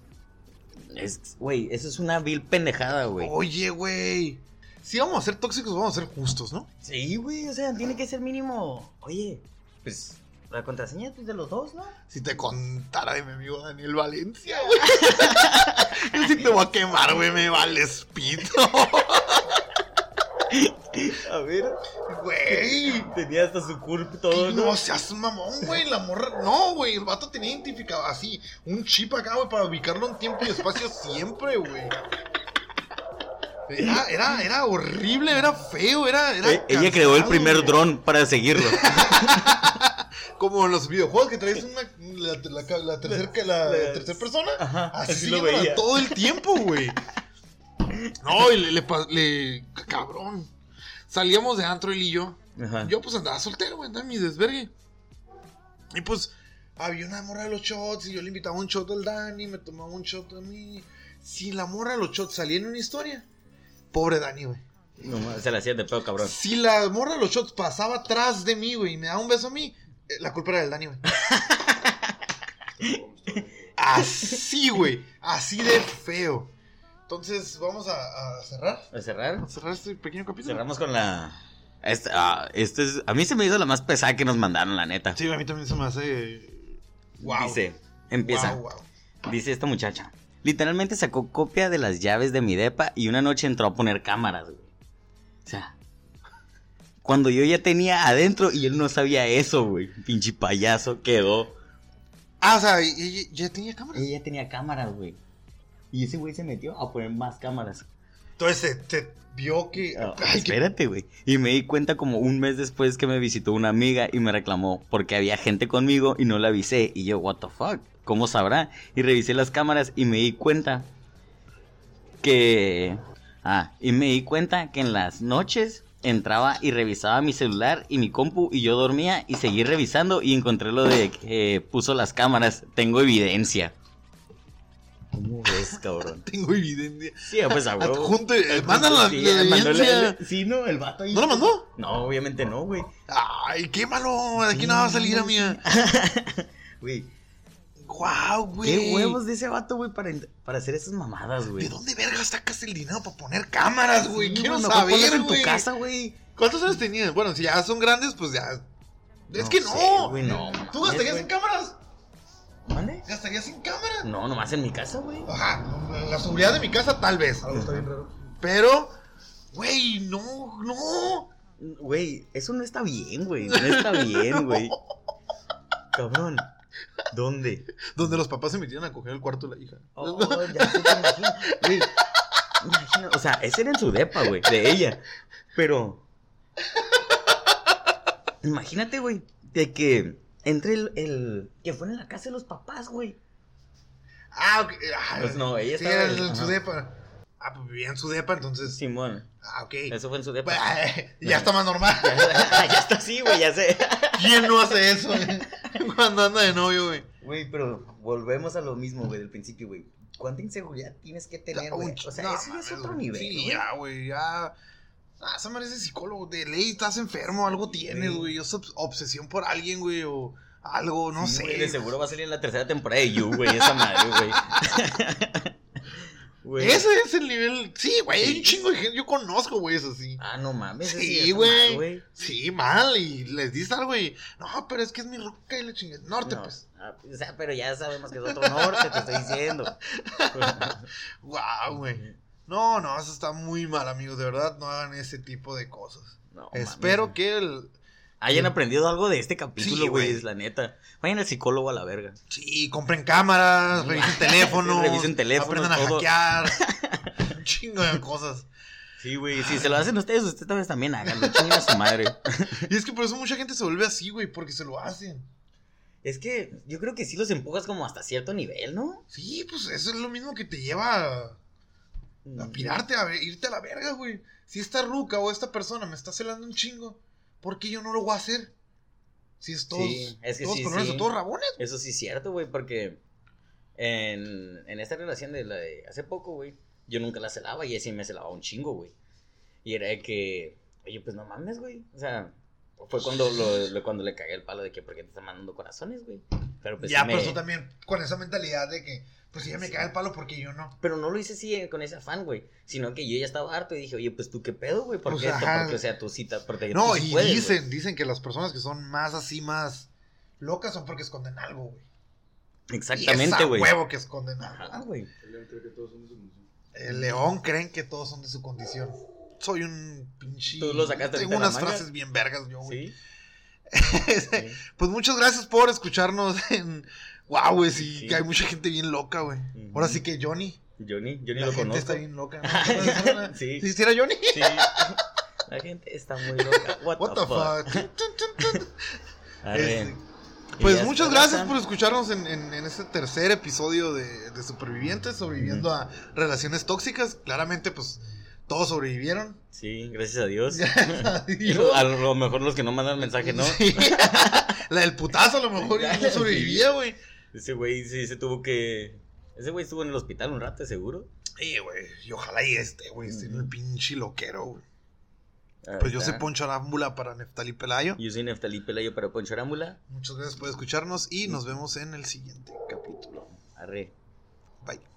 C: Es- Güey, eso es una vil pendejada, güey.
B: Oye, güey. Si vamos a ser tóxicos, vamos a ser justos, ¿no?
C: Sí, güey. O sea, tiene que ser mínimo. Oye, pues la contraseña pues, de los dos, ¿no?
B: Si te contara de mi amigo Daniel Valencia, güey. Yo sí te voy a quemar, güey, me vales pito.
C: A ver,
B: Güey.
C: tenía hasta su curp
B: Que No seas mamón, güey. La morra. No, güey. El vato tenía identificado así. Un chip acá, güey, para ubicarlo en tiempo y espacio siempre, güey. Era, era, era horrible, era feo, era. era
C: Eh, Ella creó el
B: cansado,
C: primer
B: güey.
C: dron para seguirlo.
B: Como en los videojuegos que traes una, la, la, la tercer- la
C: La-
B: tercera persona.
C: Ajá,
B: Así,
C: así lo
B: para
C: veía.
B: todo el tiempo, güey. No, y le, le pa- le- Cabrón. Salíamos de antro él y yo.
C: Ajá.
B: Yo pues andaba soltero, güey, andaba en mi desvergue. Y pues había una morra de los shots y yo le invitaba un shot al Dani, me tomaba un shot a mí. Si la morra de los shots salía en una historia, pobre Dani, güey.
C: No, ma- se la hacía de pedo, cabrón.
B: Si la morra de los shots pasaba atrás de mí, güey, y me daba un beso a mí, eh, la culpa era del Dani, güey. Así, güey. Así de feo. Entonces, vamos a, a cerrar.
C: ¿A cerrar?
B: A cerrar este pequeño capítulo.
C: Cerramos con la. Esta, ah, esta es- a mí se me hizo la más pesada que nos mandaron, la neta.
B: Sí, a mí también se me hace. eh, Wow.
C: Dice, empieza.
B: Wow, wow.
C: Dice esta muchacha. Literalmente sacó copia de las llaves de mi depa y una noche entró a poner cámaras, güey. O sea. Cuando yo ya tenía adentro y él no sabía eso, güey. Pinche payaso quedó.
B: Ah, o sea, ¿y- y- ¿ya tenía cámara?
C: Ella tenía cámaras, güey. Y ese güey se metió a poner más cámaras.
B: Entonces se, se vio que.
C: Ah,
B: ay, que-
C: espérate, güey. Y me di cuenta como un mes después que me visitó una amiga y me reclamó porque había gente conmigo y no la avisé. Y yo, what the fuck, ¿cómo sabrá? Y revisé las cámaras y me di cuenta que... Ah, y me di cuenta que en las noches entraba y revisaba mi celular y mi compu y yo dormía y seguí revisando y encontré lo de que puso las cámaras. Tengo evidencia. ¿Cómo ves, cabrón?
B: Tengo evidencia.
C: Sí, pues a huevo.
B: Adjunte, eh, mándalo a la-
C: Sí,
B: la
C: mandó la-
B: evidencia.
C: la- Sí, no, el vato ahí.
B: ¿No lo mandó?
C: No, obviamente no, güey.
B: Ay, qué malo. Aquí no va a
C: Mm.
B: salir a mía.
C: Güey,
B: Guau, güey.
C: qué huevos de ese vato, güey, para, en- para hacer esas mamadas, güey.
B: ¿De dónde verga sacas el dinero para poner cámaras, güey?
C: Sí,
B: Quiero
C: güey, mejor ponlas
B: saber,
C: en tu
B: güey.
C: casa, güey.
B: ¿Cuántos años tenías? Bueno, si ya son grandes, pues ya. es
C: No
B: que
C: sé,
B: no.
C: güey, no,
B: ¿Tú
C: mames,
B: gastarías
C: güey.
B: en cámaras?
C: ¿Mande?
B: ¿Gastarías en cámaras?
C: No, nomás en mi casa, güey.
B: Ajá. La seguridad de mi casa, tal vez. Pero, güey, no, no.
C: Güey, eso no está bien, güey. No está bien, güey. Cabrón. ¿Dónde?
B: Donde los papás se metieron a coger el cuarto de la hija.
C: Oh, ya sé, te imagino, güey. Imagina, o sea, ese era en su depa, güey, de ella. Pero. Imagínate, güey, de que entre el, el- Que fuera en la casa de los papás, güey.
B: Ah, ok. Ah,
C: Pues no, ella
B: sí,
C: estaba-
B: era en su
C: ajá.
B: depa. Ah, pues vivía en su depa, entonces.
C: Simón,
B: Ah, ok.
C: eso fue en su depa.
B: Bah, ya está más normal.
C: ya está así, güey, ya sé.
B: ¿Quién no hace eso, güey? Cuando anda de novio, güey.
C: Güey, pero volvemos a lo mismo, güey, del principio, güey. ¿Cuánta inseguridad tienes que tener,
B: Ah, un
C: güey?
B: ch-
C: O sea,
B: no,
C: eso ya es
B: mames,
C: otro
B: güey.
C: nivel,
B: Sí,
C: güey.
B: ya, güey, ya. Ah, esa madre es de psicólogo. De ley estás enfermo, algo tienes,
C: güey.
B: güey. Es obs- obsesión por alguien, güey, o algo, no
C: Sí,
B: sé.
C: güey, de seguro va a salir en la tercera temporada de You, güey, esa madre, güey. güey.
B: Ese es el nivel. Sí, güey, hay
C: Sí.
B: un chingo de gente. Yo conozco, güey, eso sí.
C: Ah, no mames. ese
B: Sí,
C: ya está
B: güey.
C: mal, güey.
B: Sí, mal, y les dices algo y. No, pero es que es mi roca y la chingada. Norte,
C: No,
B: pues.
C: ah, o sea, pero ya sabemos que es otro norte, te estoy diciendo.
B: Guau, güey. No, no, eso está muy mal, amigos. De verdad, no hagan ese tipo de cosas.
C: No,
B: Espero
C: mames.
B: que el.
C: hayan aprendido algo de este capítulo,
B: Sí,
C: güey,
B: güey.
C: es la neta. Vayan al psicólogo a la verga.
B: Sí, compren cámaras, revisen teléfonos.
C: Revisen teléfonos,
B: Aprendan a
C: todo.
B: hackear. un chingo de cosas.
C: Sí, güey, si se lo hacen ustedes, ustedes tal vez también háganlo, chinguen a su madre.
B: Y es que por eso mucha gente se vuelve así, güey, porque se lo hacen.
C: Es que yo creo que sí los empujas como hasta cierto nivel, ¿no?
B: Sí, pues eso es lo mismo que te lleva a, a pirarte, a ver- irte a la verga, güey. Si esta ruca o esta persona me está celando un chingo, ¿por qué yo no lo voy a hacer? Si es todos,
C: Sí, es que
B: todos
C: sí,
B: colones
C: sí.
B: o todos rabones.
C: Eso sí es cierto, güey, porque en, en esta relación de la de hace poco, güey, yo nunca la celaba y así me celaba un chingo, güey. Y era de que, oye, pues no mames, güey. O sea, fue cuando, lo- lo- cuando le cagué el palo de que, ¿por qué te están mandando corazones, güey? Pero pues
B: ya,
C: sí me-
B: pero tú también con esa mentalidad de que, pues si ella me
C: Sí.
B: cae el palo, porque yo no?
C: Pero no lo hice así eh, con ese afán, güey. Sino que yo ya estaba harto y dije, oye, pues tú qué pedo, güey, ¿por
B: Pues,
C: qué esto?
B: ajá.
C: Porque, o sea, tú cita, porque tú
B: No,
C: Eh, pues, sí
B: y
C: puedes, güey.
B: dicen, dicen que las personas que son más así, más locas son porque esconden algo, güey. Y es
C: Exactamente,
B: a
C: güey.
B: huevo que esconden algo.
C: Ajá, güey.
B: El león creen que todos son de su condición. Soy un pinche.
C: Tú lo sacaste
B: Tengo
C: ahorita de la
B: unas
C: manga.
B: frases bien vergas, yo, güey.
C: Sí.
B: Este,
C: sí.
B: pues muchas gracias por escucharnos en. Wow, güey, sí,
C: Sí.
B: que hay mucha gente bien loca, güey.
C: Ujú.
B: Ahora sí que Johnny.
C: Johnny, Johnny
B: la
C: lo
B: gente
C: conozco.
B: está bien loca. ¿no?
C: Sí.
B: Si hiciera Johnny.
C: Sí. La gente está muy loca. What,
B: What
C: the, fuck.
B: the fuck. Tun, tun, tun, tun.
C: Arre.
B: Este,
C: Y
B: Pues
C: ya
B: muchas
C: está,
B: gracias
C: raza.
B: por escucharnos en, en- en este tercer episodio de, de Supervivientes, sobreviviendo a relaciones tóxicas. Claramente, pues todos sobrevivieron.
C: Sí, gracias a Dios.
B: Gracias a Dios.
C: A lo mejor los que no mandan mensaje, ¿no?
B: Sí. La del putazo a lo mejor ya no sobrevivía, güey.
C: Ese güey sí se tuvo que. Ese güey estuvo en el hospital un rato, seguro.
B: Sí, güey. Y ojalá y este, güey, esté en el
C: Ujú.
B: pinche loquero, güey.
C: Ahí
B: Pues yo
C: está.
B: soy Poncho Arámbula para Neftali Pelayo.
C: Yo soy Neftalí Pelayo para Poncho Arámbula.
B: Muchas gracias por escucharnos y nos vemos en el siguiente capítulo.
C: Arre.
B: Bye.